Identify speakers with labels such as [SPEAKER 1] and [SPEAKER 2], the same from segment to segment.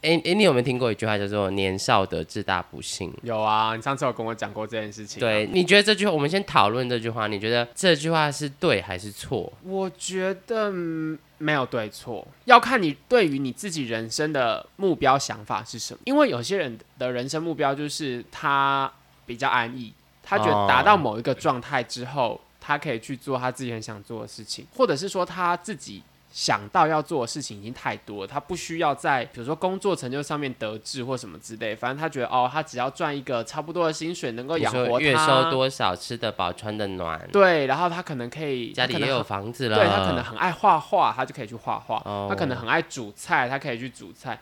[SPEAKER 1] 哎、哎，你有没有听过一句话叫做“年少得志，大不幸
[SPEAKER 2] 有啊，你上次有跟我讲过这件事”？情。，
[SPEAKER 1] 对，你觉得这句话，我们先讨论这句话，你觉得这句话是对还是错？
[SPEAKER 2] 我觉得、嗯没有对错，要看你对于你自己人生的目标想法是什么。因为有些人的人生目标就是他比较安逸，他觉
[SPEAKER 1] 哦
[SPEAKER 2] 得达到某一个状态之后，他可以去做他自己很想做的事情，或者是说他自己。想到要做的事情已经太多了，他不需要在比如说工作成就上面得志或什么之类，反正他觉得哦，他只要赚一个差不多的薪水，能够
[SPEAKER 1] 你
[SPEAKER 2] 养活
[SPEAKER 1] 说
[SPEAKER 2] 他，
[SPEAKER 1] 月收多少，吃得饱，穿得暖，
[SPEAKER 2] 对，然后他可能可以
[SPEAKER 1] 家里
[SPEAKER 2] 他可
[SPEAKER 1] 也
[SPEAKER 2] 能
[SPEAKER 1] 有
[SPEAKER 2] 很
[SPEAKER 1] 房子了，
[SPEAKER 2] 对他可能很爱画画，他就可以去画画；
[SPEAKER 1] 哦
[SPEAKER 2] 他可能很爱煮菜，他可以去煮菜；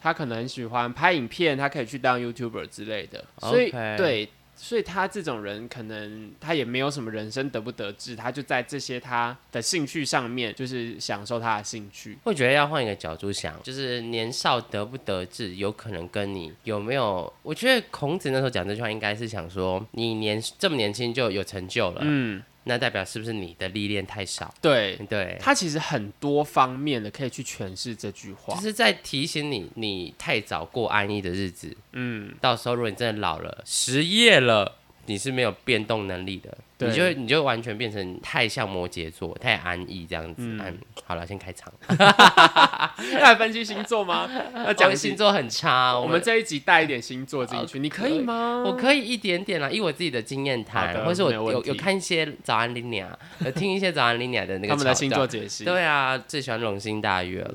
[SPEAKER 2] 他可能很喜欢拍影片，他可以去当 YouTuber 之类的。所以
[SPEAKER 1] OK
[SPEAKER 2] 对，所以他这种人可能他也没有什么人生得不得志，他就在这些他的兴趣上面，就是享受他的兴趣。
[SPEAKER 1] 我觉得要换一个角度想，就是年少得不得志，有可能跟你有没有。我觉得孔子那时候讲这句话，应该是想说，你年这么年轻就有成就了，
[SPEAKER 2] 嗯，
[SPEAKER 1] 那代表是不是你的历练太少？
[SPEAKER 2] 对
[SPEAKER 1] 对，
[SPEAKER 2] 他其实很多方面的可以去诠释这句话
[SPEAKER 1] 就。是在提醒你，你太早过安逸的日子，
[SPEAKER 2] 嗯，
[SPEAKER 1] 到时候如果你真的老了，失业了。你是没有变动能力的，
[SPEAKER 2] 对
[SPEAKER 1] 你就你就完全变成太像摩羯座，太安逸这样子。
[SPEAKER 2] 嗯
[SPEAKER 1] 嗯，好了，先开场。
[SPEAKER 2] 要来分析星座吗？要
[SPEAKER 1] 讲
[SPEAKER 2] 讲
[SPEAKER 1] 星
[SPEAKER 2] 星座，
[SPEAKER 1] 座很差，
[SPEAKER 2] 我
[SPEAKER 1] 哦我
[SPEAKER 2] 们
[SPEAKER 1] 们
[SPEAKER 2] 这一集带一点星座进去，你可以吗？
[SPEAKER 1] 我可以一点点啦，以我自己的经验
[SPEAKER 2] 好
[SPEAKER 1] 谈，
[SPEAKER 2] 的
[SPEAKER 1] 或是我
[SPEAKER 2] 没有问
[SPEAKER 1] 有
[SPEAKER 2] 题
[SPEAKER 1] 有看一些《早安 l i n a 有听一些《早安 l i n a 的那个
[SPEAKER 2] 他们的
[SPEAKER 1] 桥
[SPEAKER 2] 星
[SPEAKER 1] 段
[SPEAKER 2] 座解析。
[SPEAKER 1] 对啊，最喜欢龙心大悦了。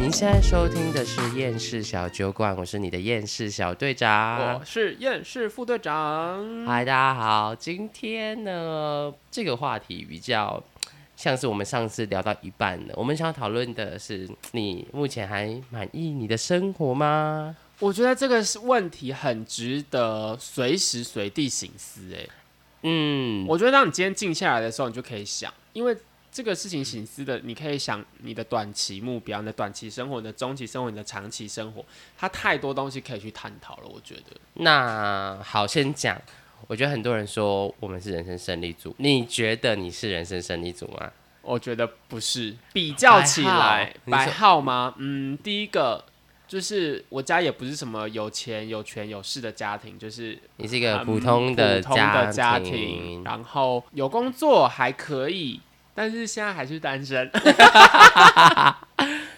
[SPEAKER 1] 您现在收听的是《厌世小酒馆》，我是你的厌世小队长
[SPEAKER 2] 我。是厌世副队长。
[SPEAKER 1] 嗨，大家好，今天呢这个话题比较像是我们上次聊到一半的，我们想要讨论的是，你目前还满意你的生活吗？
[SPEAKER 2] 我觉得这个是问题很值得随时随地醒思。哎，
[SPEAKER 1] 嗯，
[SPEAKER 2] 我觉得当你今天静下来的时候，你就可以想，因为这个事情醒思的，你可以想你的短期目标、你的短期生活、你的中期生活、你的长期生活，它太多东西可以去探讨了。我觉得，
[SPEAKER 1] 那好，先讲。我觉得很多人说我们是人生胜利组，你觉得你是人生胜利组吗？
[SPEAKER 2] 我觉得不是比较起来，
[SPEAKER 1] 白号
[SPEAKER 2] 白号吗？嗯，第一个。就是我家也不是什么有钱、有权、有势的家庭，就是
[SPEAKER 1] 你是一个
[SPEAKER 2] 嗯
[SPEAKER 1] 普通的
[SPEAKER 2] 普通的
[SPEAKER 1] 家
[SPEAKER 2] 家庭，然后有工作还可以，但是现在还是单身。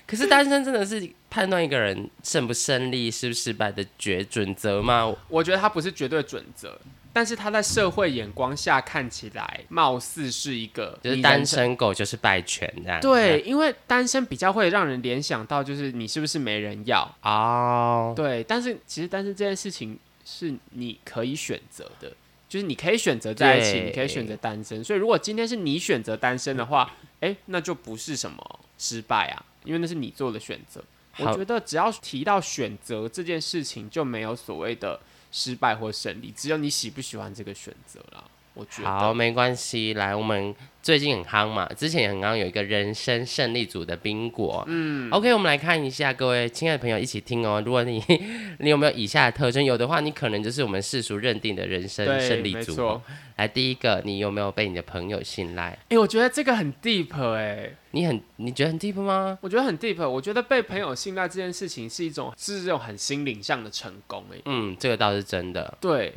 [SPEAKER 1] 可是单身真的是判断一个人胜不胜利、失不失败的绝准则吗？
[SPEAKER 2] 我觉得它不是绝对准则，但是它在社会眼光下看起来貌似是一个
[SPEAKER 1] 就
[SPEAKER 2] 你
[SPEAKER 1] 是
[SPEAKER 2] 人
[SPEAKER 1] 单
[SPEAKER 2] 生。
[SPEAKER 1] 身狗就是败犬这样。
[SPEAKER 2] 对，因为单身比较会让人联想到就是你是不是没人要。
[SPEAKER 1] 哦，
[SPEAKER 2] 对，但是其实单身这件事情是你可以选择的。就是你可以选择
[SPEAKER 1] 对
[SPEAKER 2] 在一起，你可以选择单身。所以如果今天是你选择单身 的话，诶，那就不是什么失败啊，因为那是你做的选择。我
[SPEAKER 1] 好
[SPEAKER 2] 觉得只要提到选择这件事情，就没有所谓的失败或胜利，只有你喜不喜欢这个选择啦。我觉
[SPEAKER 1] 好，
[SPEAKER 2] 得，
[SPEAKER 1] 没关系。来，我们最近很夯嘛，之前也很夯，有一个人生胜利组的宾果。嗯，OK，我们来看一下，各位亲爱的朋友一起听哦。如果你 你有没有以下的特征，有的话，你可能就是我们世俗认定的人生胜
[SPEAKER 2] 对，
[SPEAKER 1] 利
[SPEAKER 2] 没
[SPEAKER 1] 组
[SPEAKER 2] 错
[SPEAKER 1] 哦。。来，第一个，你有没有被你的朋友信赖？
[SPEAKER 2] 诶，我觉得这个很 deep 哎、
[SPEAKER 1] 你很你觉得很 deep 吗？
[SPEAKER 2] 我觉得很 deep。我欸觉得被朋友信赖这件事情是一种是这种很心灵上的成功哎、
[SPEAKER 1] 嗯，这个倒是真的。
[SPEAKER 2] 对，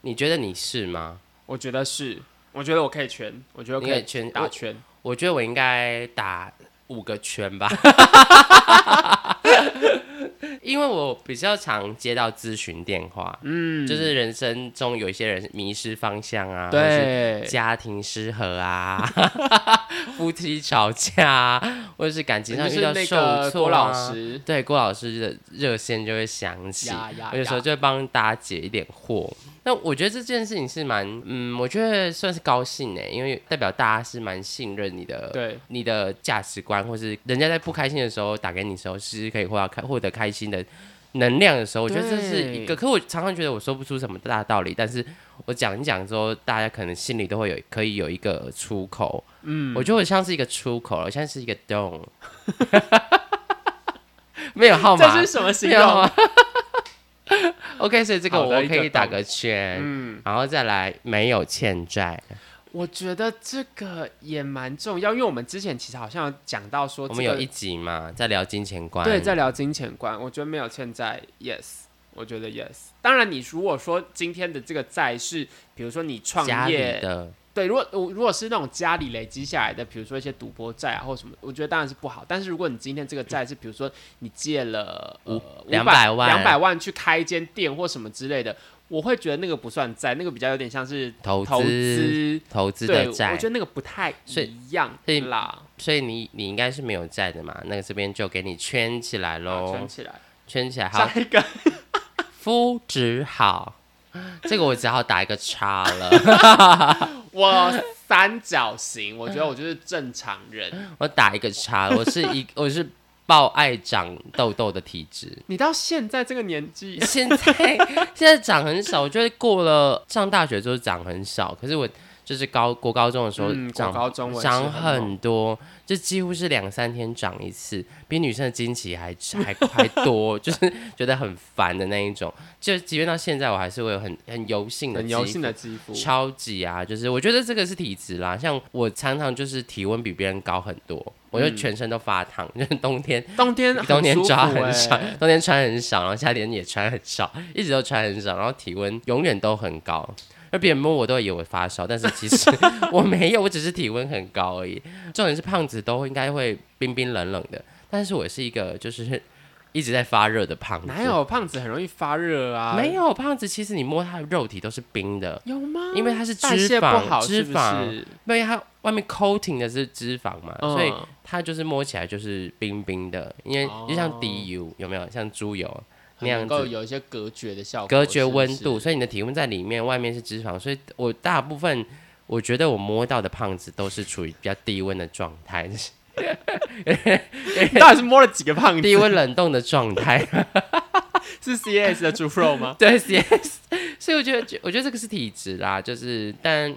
[SPEAKER 1] 你觉得你是吗？
[SPEAKER 2] 我觉得是，我觉得我可以圈，我觉得
[SPEAKER 1] 你
[SPEAKER 2] 可
[SPEAKER 1] 也
[SPEAKER 2] 以
[SPEAKER 1] 圈
[SPEAKER 2] 打
[SPEAKER 1] 我
[SPEAKER 2] 圈。
[SPEAKER 1] 我觉得我应该打五个圈吧， 因为我比较常接到咨询电话，
[SPEAKER 2] 嗯，
[SPEAKER 1] 就是人生中有一些人迷失方向啊，或是
[SPEAKER 2] 对，
[SPEAKER 1] 家庭失和啊， 夫妻吵架啊，或者是感情
[SPEAKER 2] 就
[SPEAKER 1] 上遇
[SPEAKER 2] 是
[SPEAKER 1] 到
[SPEAKER 2] 那
[SPEAKER 1] 受
[SPEAKER 2] 个
[SPEAKER 1] 挫、
[SPEAKER 2] 郭
[SPEAKER 1] 啊。
[SPEAKER 2] 老，师，
[SPEAKER 1] 对郭老师的热线就会响起，
[SPEAKER 2] 呀呀
[SPEAKER 1] 我有时候
[SPEAKER 2] 呀，
[SPEAKER 1] 就会帮大家解一点惑。那我觉得这件事情是蛮，嗯，我觉得算是高兴哎，因为代表大家是蛮信任你的，
[SPEAKER 2] 对
[SPEAKER 1] 你的价值观，或是人家在不开心的时候打给你的时候，是可以获到开获得开心的能量的时候，我觉得这是一个。
[SPEAKER 2] 对
[SPEAKER 1] 可我常常觉得我说不出什么大道理，但是我讲一讲之后，大家可能心里都会有可以有一个出口。嗯，我觉得我像是一个出口，我像是一个洞， 没有号码，
[SPEAKER 2] 这是什么形
[SPEAKER 1] 没有
[SPEAKER 2] 容？
[SPEAKER 1] 啊。 OK，所以这个
[SPEAKER 2] 好的
[SPEAKER 1] 我
[SPEAKER 2] 一
[SPEAKER 1] 可
[SPEAKER 2] 个
[SPEAKER 1] 以打
[SPEAKER 2] 洞
[SPEAKER 1] 个圈，
[SPEAKER 2] 嗯，
[SPEAKER 1] 然后再来没有欠债。
[SPEAKER 2] 我觉得这个也蛮重要，因为我们之前其实好像有讲到说、
[SPEAKER 1] 我
[SPEAKER 2] 这
[SPEAKER 1] 们
[SPEAKER 2] 个，
[SPEAKER 1] 有一集嘛，在聊金钱观，
[SPEAKER 2] 对在聊金钱观，我觉得没有欠债，yes，我觉得 yes。当然，你如果说今天的这个债是，比如说你创
[SPEAKER 1] 家里
[SPEAKER 2] 业，
[SPEAKER 1] 的
[SPEAKER 2] 对，如果我如果是那种家里累积下来的，比如说一些赌博债啊或什么，我觉得当然是不好。但是如果你今天这个债是，比如说你借了
[SPEAKER 1] 五
[SPEAKER 2] 呃
[SPEAKER 1] 200万
[SPEAKER 2] 两百万去开一间店或什么之类的，我会觉得那个不算债，那个比较有点像是
[SPEAKER 1] 投
[SPEAKER 2] 投
[SPEAKER 1] 资
[SPEAKER 2] 资
[SPEAKER 1] 投资
[SPEAKER 2] 对，
[SPEAKER 1] 的
[SPEAKER 2] 我
[SPEAKER 1] 债
[SPEAKER 2] 觉，得那个不太
[SPEAKER 1] 所以
[SPEAKER 2] 一样
[SPEAKER 1] 所以
[SPEAKER 2] 啦，
[SPEAKER 1] 所以你你应该是没有债的嘛。那个这边就给你圈起来
[SPEAKER 2] 啊
[SPEAKER 1] 喽
[SPEAKER 2] 圈，起来。
[SPEAKER 1] 圈起来哦好
[SPEAKER 2] 下。一 个，
[SPEAKER 1] 肤质 好，这个我只好打一个叉了。
[SPEAKER 2] 我三角形，我觉得我就是正常人。
[SPEAKER 1] 我打一个叉，我是一我是爆爱长痘痘的体质。
[SPEAKER 2] 你到现在这个年纪，
[SPEAKER 1] 现在现在长很少，我觉得过了上大学之后长很少，可是我就是高国高中的时候
[SPEAKER 2] 嗯，
[SPEAKER 1] 长、
[SPEAKER 2] 国高中我也是
[SPEAKER 1] 长
[SPEAKER 2] 很猛
[SPEAKER 1] 很多，就几乎是两三天长一次，比女生的经期还还还多，就是觉得很烦的那一种。就即便到现在，我还是会有很很油性的
[SPEAKER 2] 很油
[SPEAKER 1] 肌
[SPEAKER 2] 性
[SPEAKER 1] 肤
[SPEAKER 2] 的肌肤，
[SPEAKER 1] 超级啊，就是我觉得这个是体质啦，像我常常就是体温比别人高很多，我
[SPEAKER 2] 嗯
[SPEAKER 1] 就全身都发烫，就是冬天
[SPEAKER 2] 冬天 很
[SPEAKER 1] 冬天
[SPEAKER 2] 舒
[SPEAKER 1] 抓
[SPEAKER 2] 服
[SPEAKER 1] 很少
[SPEAKER 2] 欸，
[SPEAKER 1] 冬天穿很少，然后夏天也穿很少，一直都穿很少，然后体温永远都很高。那别人摸我都以为我发烧，但是其 实我没有，我只是体温很高而已。重点是胖子都应该会冰冰冷冷的，但是我是一个就是一直在发热的胖子。
[SPEAKER 2] 哪有胖子很容易发热啊？
[SPEAKER 1] 没有胖子，其实你摸他的肉体都是冰的，
[SPEAKER 2] 有吗？
[SPEAKER 1] 因为它是
[SPEAKER 2] 代
[SPEAKER 1] 脂
[SPEAKER 2] 谢不
[SPEAKER 1] 肪，
[SPEAKER 2] 好是
[SPEAKER 1] 脂
[SPEAKER 2] 不
[SPEAKER 1] 肪
[SPEAKER 2] 是？
[SPEAKER 1] 因为它外面 coating 的是脂肪嘛，
[SPEAKER 2] 嗯
[SPEAKER 1] 所以它就是摸起来就是冰冰的，因为
[SPEAKER 2] 哦
[SPEAKER 1] 就像滴油有没有，像猪油那
[SPEAKER 2] 很
[SPEAKER 1] 样
[SPEAKER 2] 能够
[SPEAKER 1] 子。
[SPEAKER 2] 有一些隔绝的效果，
[SPEAKER 1] 隔绝温
[SPEAKER 2] 哦是
[SPEAKER 1] 度，
[SPEAKER 2] 不是
[SPEAKER 1] 所以你的体温在里面，外面是脂肪，所以我大部分我觉得我摸到的胖子都是处于比较低温的状态， 就是
[SPEAKER 2] 你到底是摸了几个胖子？
[SPEAKER 1] 低温冷冻的状态。
[SPEAKER 2] 是 CS 的猪肉吗？
[SPEAKER 1] 对，yes。所 以我觉得，我觉得这个是体质啦，就是但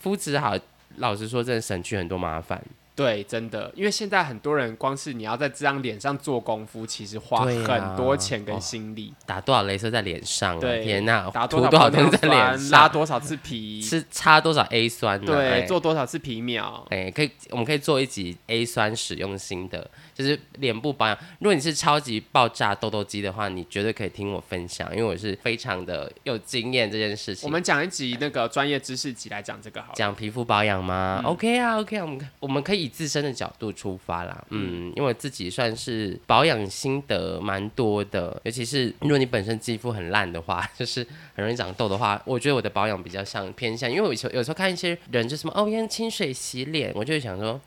[SPEAKER 1] 肤质好，老实说，真的省去很多麻烦。
[SPEAKER 2] 对，真的，因为现在很多人光是你要在这张脸上做功夫，其实花
[SPEAKER 1] 对啊
[SPEAKER 2] 很多钱跟
[SPEAKER 1] 哦
[SPEAKER 2] 心力，
[SPEAKER 1] 打多少镭射在脸上、啊？
[SPEAKER 2] 对
[SPEAKER 1] 天呐，
[SPEAKER 2] 打
[SPEAKER 1] 涂
[SPEAKER 2] 少
[SPEAKER 1] 多少
[SPEAKER 2] 玻
[SPEAKER 1] 东西
[SPEAKER 2] 尿
[SPEAKER 1] 在脸
[SPEAKER 2] 酸，拉
[SPEAKER 1] 上，
[SPEAKER 2] 多少次皮，
[SPEAKER 1] 吃擦多少 A 酸、啊？
[SPEAKER 2] 对，
[SPEAKER 1] 哎
[SPEAKER 2] 做多少次皮秒，
[SPEAKER 1] 哎、可以，我们可以做一集 A 酸使用心得，就是脸部保养。如果你是超级爆炸痘痘肌的话，你绝对可以听我分享，因为我是非常的有经验这件事
[SPEAKER 2] 我
[SPEAKER 1] 情。
[SPEAKER 2] 们讲一集那个专业知识集来讲这个好了。
[SPEAKER 1] 讲皮肤保养吗、o
[SPEAKER 2] 嗯
[SPEAKER 1] k 啊，OK 啊，我们我们可以以自身的角度出发啦，嗯，因为我自己算是保养心得蛮多的，尤其是如果你本身肌肤很烂的话， 就是很容易长痘的话，我觉得我的保养比较像偏向，因为我有时候有时候看一些人就什么哦，用清水洗脸，我就会想 说，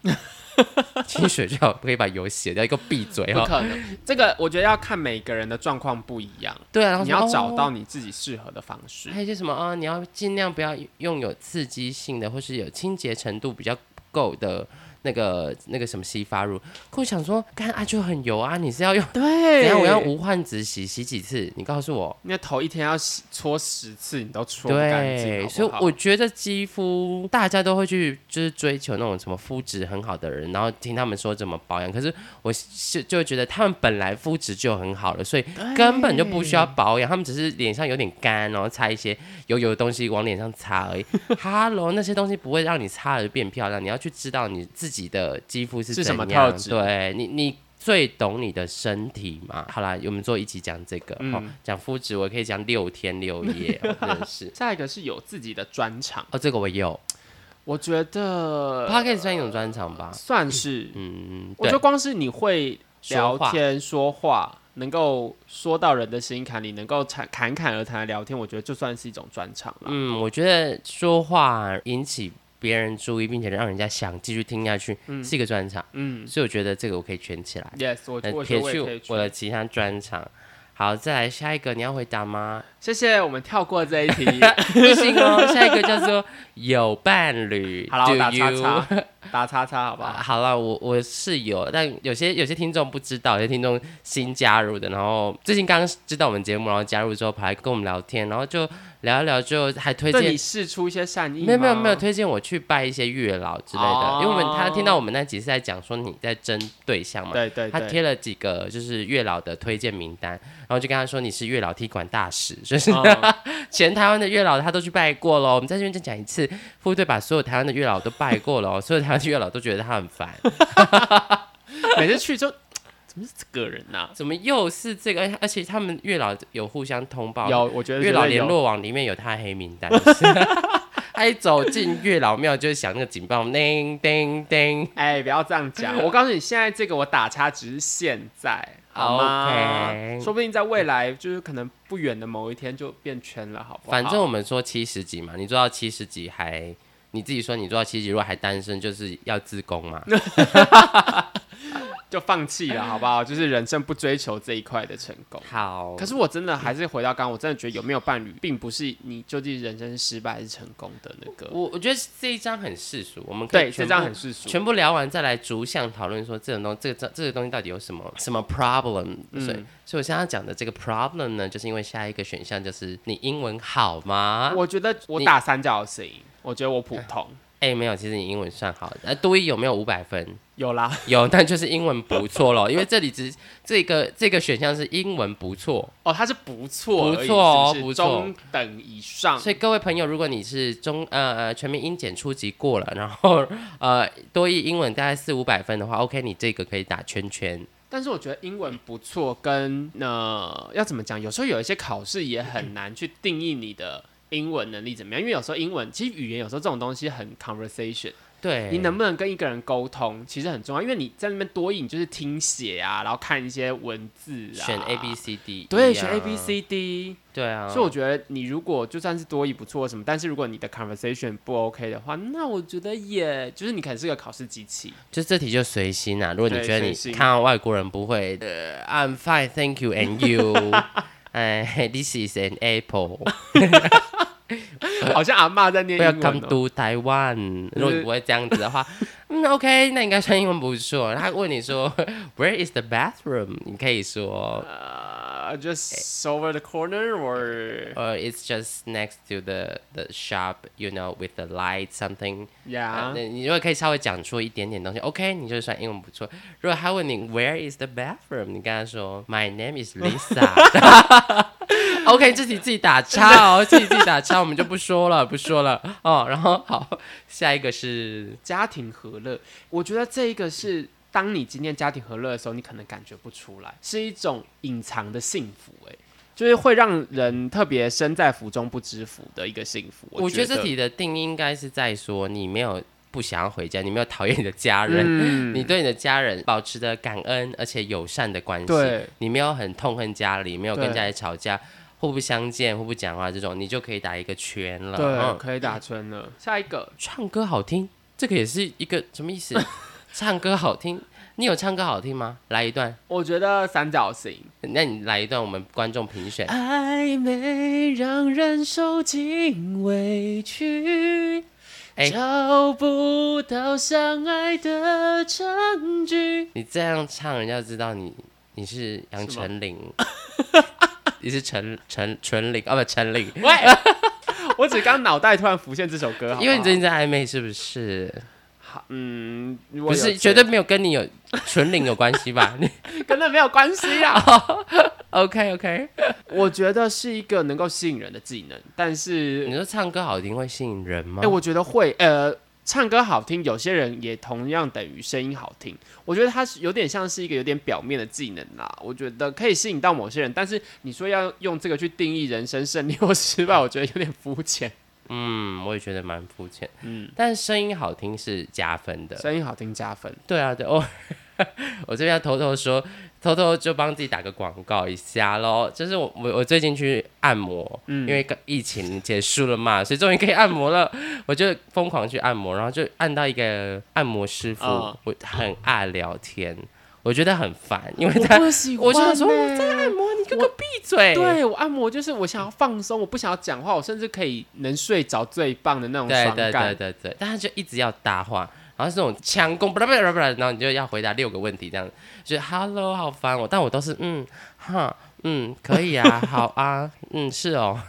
[SPEAKER 1] 清水最好可以把油洗掉，一个闭嘴
[SPEAKER 2] 不
[SPEAKER 1] 哦，
[SPEAKER 2] 可能，这个我觉得要看每个人的状况不一样，
[SPEAKER 1] 对啊，然后
[SPEAKER 2] 你
[SPEAKER 1] 什么
[SPEAKER 2] 要找。
[SPEAKER 1] 哦
[SPEAKER 2] 到你自己适合的方式。
[SPEAKER 1] 还有一些什么啊、你要尽量不要用有刺激性的，或是有清洁程度比较够的那个那个什么洗发乳。可我想说，干啊就很油啊，你是要用？等
[SPEAKER 2] 对，
[SPEAKER 1] 一下我要无患子洗洗几次？你告诉我。
[SPEAKER 2] 你的头一天要洗搓十次，你都搓不干净，
[SPEAKER 1] 对，
[SPEAKER 2] 好不
[SPEAKER 1] 所以
[SPEAKER 2] 好
[SPEAKER 1] 我觉得肌肤大家都会去就是追求那种什么肤质很好的人，然后听他们说怎么保养。可是我是就会觉得他们本来肤质就很好了，所以根本就不需要保养，他们只是脸上有点干，然后擦一些油油的东西往脸上擦而已。Hello，那些东西不会让你擦了就变漂亮，你要去知道你自己的肌肤是
[SPEAKER 2] 是
[SPEAKER 1] 怎
[SPEAKER 2] 什么
[SPEAKER 1] 样
[SPEAKER 2] 特质
[SPEAKER 1] 对你，你。最懂你的身体嘛？好啦，我们做一起讲这个，
[SPEAKER 2] 嗯
[SPEAKER 1] 哦讲肤质，我可以讲六天六夜，哦真的是。
[SPEAKER 2] 下一个是有自己的专场，
[SPEAKER 1] 哦，这个我有
[SPEAKER 2] 我觉得
[SPEAKER 1] p o d c a s t 算一种专场吧。
[SPEAKER 2] 算是，
[SPEAKER 1] 嗯，
[SPEAKER 2] 呃我
[SPEAKER 1] 对
[SPEAKER 2] 觉得，光是你会聊
[SPEAKER 1] 说话
[SPEAKER 2] 天说话，能够说到人的心坎里，能够侃侃侃而谈的聊天，我觉得就算是一种专场了。
[SPEAKER 1] 嗯，我觉得说话引起别人注意，并且让人家想继续听下去，是一个专场。
[SPEAKER 2] 嗯
[SPEAKER 1] 所以我觉得这个我可以圈起来。
[SPEAKER 2] ，yes，我
[SPEAKER 1] 那
[SPEAKER 2] 我觉
[SPEAKER 1] 哎撇
[SPEAKER 2] 得我也可以
[SPEAKER 1] 去我的其他专场。好，再来下一个，你要回答吗？
[SPEAKER 2] 谢谢，我们跳过这一题。
[SPEAKER 1] 不行哦，下一个叫做有伴侣。
[SPEAKER 2] 好了，我
[SPEAKER 1] Do
[SPEAKER 2] 打叉
[SPEAKER 1] you？
[SPEAKER 2] 叉，打叉叉，好不
[SPEAKER 1] 啊
[SPEAKER 2] 好？
[SPEAKER 1] 好了，我我是有，但有些有些听众不知道，有些听众新加入的，然后最近刚刚知道我们节目，然后加入之后跑来跟我们聊天，然后就聊一聊，就还推
[SPEAKER 2] 对你
[SPEAKER 1] 荐，
[SPEAKER 2] 试出一些善意吗？
[SPEAKER 1] 没有没有没有推荐我去拜一些月老之类的，
[SPEAKER 2] 哦
[SPEAKER 1] 因为我们他听到我们那集是在讲说你在争对象嘛。
[SPEAKER 2] 对对
[SPEAKER 1] 他
[SPEAKER 2] 对，
[SPEAKER 1] 贴了几个就是月老的推荐名单，然后就跟他说你是月老踢馆大使，就是、
[SPEAKER 2] 嗯
[SPEAKER 1] 全台湾的月老他都去拜过了。我们在这边再讲一次，副队把所有台湾的月老都拜过了，所有台湾的月老都觉得他很烦，
[SPEAKER 2] 每次去就怎么是这个人啊呐、
[SPEAKER 1] 怎么又是这个？ 而且他们月老有互相通报，
[SPEAKER 2] 有，我觉得
[SPEAKER 1] 月老
[SPEAKER 2] 绝对有
[SPEAKER 1] 联络网里面有他的黑名单， 就是、他一走进月老庙就是响那个警报，叮叮叮。
[SPEAKER 2] 哎、不要这样 讲！我告诉你，现在这个我打叉只是现在，好吗
[SPEAKER 1] OK
[SPEAKER 2] 说不定在未来，就是可能不远的某一天就变圈了，好不好？
[SPEAKER 1] 反正我们说七十集嘛，你做到七十集还你自己说你做到七十集，如果还单身，就是要自宫 嘛。
[SPEAKER 2] 就放弃了，好不好？就是人生不追求这一块的成功。
[SPEAKER 1] 好
[SPEAKER 2] 可，是我真的还是回到刚，刚，我真的觉得有没有伴侣，并不是你究竟人生失败还是成功的那个。
[SPEAKER 1] 我我觉得这一章很世俗，我们可以
[SPEAKER 2] 对，这
[SPEAKER 1] 全部
[SPEAKER 2] 张很世俗。
[SPEAKER 1] 全部聊完再来逐项讨论说这种东这个这个东西到底有什么什么 problem？、所
[SPEAKER 2] 嗯
[SPEAKER 1] 以所以我现在要讲的这个 problem 呢，就是因为下一个选项就是你英文好吗？
[SPEAKER 2] 我觉得我打三角形，我觉得我普通，
[SPEAKER 1] 哎、没有，其实你英文算好的。呃，多一有没有五百分？
[SPEAKER 2] 有啦，
[SPEAKER 1] 有，但就是英文不错 咯，因为这里只这个这个选项是英文不错，
[SPEAKER 2] 哦，他是不错而已，
[SPEAKER 1] 不错哦
[SPEAKER 2] 是不
[SPEAKER 1] 不
[SPEAKER 2] 是
[SPEAKER 1] 错
[SPEAKER 2] 中等以上，
[SPEAKER 1] 所以各位朋友，如果你是中呃呃全民英检初级过了，然后 呃多益英文大概四五百分的话，OK，你这个可以打圈圈。
[SPEAKER 2] 但是我觉得英文不错，跟呃要怎么讲，有时候有一些考试也很难去定义你的英文能力怎么样，因为有时候英文其实语言有时候这种东西很 conversation，
[SPEAKER 1] 对，
[SPEAKER 2] 你能不能跟一个人沟通其实很重要，因为你在那边多译，你就是听写啊，然后看一些文字啊，
[SPEAKER 1] 选 A B。C D？、E
[SPEAKER 2] 对，选 A B。C D，、E 啊
[SPEAKER 1] 对啊，
[SPEAKER 2] 所以我觉得你如果就算是多译不错什么，但是如果你的 conversation 不 OK 的话，那我觉得也就是你可能是个考试机器，
[SPEAKER 1] 就这题就随心啊。如果你
[SPEAKER 2] 对
[SPEAKER 1] 觉得你
[SPEAKER 2] 随心
[SPEAKER 1] 看到外国人不会，呃，I'm fine, thank you and you 。哎，This is an apple.
[SPEAKER 2] 好像阿嬷在念英
[SPEAKER 1] Welcome
[SPEAKER 2] 文、哦。
[SPEAKER 1] to Taiwan。如 果你不会这样子的话，嗯，OK，那应该算英文不错。他问你说 Where is the bathroom？你可以说
[SPEAKER 2] 呃、j u s t over the corner or
[SPEAKER 1] or it's just next to the the shop, you know, with the light something 啊。
[SPEAKER 2] yeah，
[SPEAKER 1] 那你如果可以稍微讲出一点点东西，OK，你就算英文不错。如果他问你 Where is the bathroom，你跟他说 My name is Lisa 。OK，自己自己打叉哦，自己自己打叉，我们就不说了，不说了哦。然后好，下一个是
[SPEAKER 2] 家庭和乐，我觉得这一个是当你今天家庭和乐的时候，你可能感觉不出来，是一种隐藏的幸福、欸，就是会让人特别身在福中不知福的一个幸福。
[SPEAKER 1] 我觉
[SPEAKER 2] 觉
[SPEAKER 1] 得这题的定义应该是在说你没有不想要回家，你没有讨厌你的家人，
[SPEAKER 2] 嗯，
[SPEAKER 1] 你对你的家人保持着感恩而且友善的关系，
[SPEAKER 2] 对
[SPEAKER 1] 你没有很痛恨家里，没有跟
[SPEAKER 2] 对
[SPEAKER 1] 家里吵架，互不相见、互不讲话这种，你就可以打一个圈了。
[SPEAKER 2] 对、
[SPEAKER 1] 嗯
[SPEAKER 2] 可以打圈了。下一个，
[SPEAKER 1] 唱歌好听，这个也是一个什么意 思？唱歌好听，你有唱歌好听吗？来一段，
[SPEAKER 2] 我觉得三角形，
[SPEAKER 1] 那你来一段，我们观众评
[SPEAKER 2] 啊
[SPEAKER 1] 选。
[SPEAKER 2] 暧昧让人受尽委屈，
[SPEAKER 1] 哎
[SPEAKER 2] 找不到相爱的证据。
[SPEAKER 1] 你这样唱，人家知道你你是杨
[SPEAKER 2] 是吗
[SPEAKER 1] 丞琳， 你是陈陈陈琳啊，不陈琳，
[SPEAKER 2] 喂， 我只刚脑袋突然浮现这首歌，好不好
[SPEAKER 1] 因为你最近在暧昧是不是？
[SPEAKER 2] 好嗯，如果
[SPEAKER 1] 不
[SPEAKER 2] 有
[SPEAKER 1] 是，
[SPEAKER 2] 钱
[SPEAKER 1] 绝对没有跟你有纯琳有关系 吧
[SPEAKER 2] 跟那没有关系啊。
[SPEAKER 1] ？OK OK，
[SPEAKER 2] 我觉得是一个能够吸引人的技能，但
[SPEAKER 1] 你
[SPEAKER 2] 是
[SPEAKER 1] 说唱歌好听会吸引人吗？
[SPEAKER 2] 哎、我觉得会呃。唱歌好听，有些人也同样等于声音好听。我觉得它是有点像是一个有点表面的技能啦。我觉得可以吸引到某些人，但是你说要用这个去定义人生胜利或失败，我觉得有点肤浅。
[SPEAKER 1] 嗯，我也觉得蛮肤浅。嗯
[SPEAKER 2] 嗯，
[SPEAKER 1] 但声音好听是加分的。
[SPEAKER 2] 声音好听加分，
[SPEAKER 1] 对啊，对哦， 我这边要偷偷说，偷偷就帮自己打个广告一下喽。就是我我我最近去按摩，
[SPEAKER 2] 嗯
[SPEAKER 1] 因为疫情结束了嘛，所以终于可以按摩了， 我就疯狂去按摩，然后就按到一个按摩师傅，
[SPEAKER 2] 嗯
[SPEAKER 1] 我很爱聊天，我觉得很烦， 因为他
[SPEAKER 2] 不喜欸
[SPEAKER 1] 我就想说
[SPEAKER 2] 我在
[SPEAKER 1] 按摩，你给我闭嘴。
[SPEAKER 2] 对我按摩就是我想要放松，我不想要讲话，我甚至可以能睡着最棒的那种
[SPEAKER 1] 对
[SPEAKER 2] 爽
[SPEAKER 1] 对对
[SPEAKER 2] 感。
[SPEAKER 1] 对对，但他就一直要搭话，然后是那种强攻，不啦不啦不啦，然后你就要回答六个问题这样，就是 Hello 好烦我，但我都是嗯哈嗯可以啊，好啊，嗯是哦，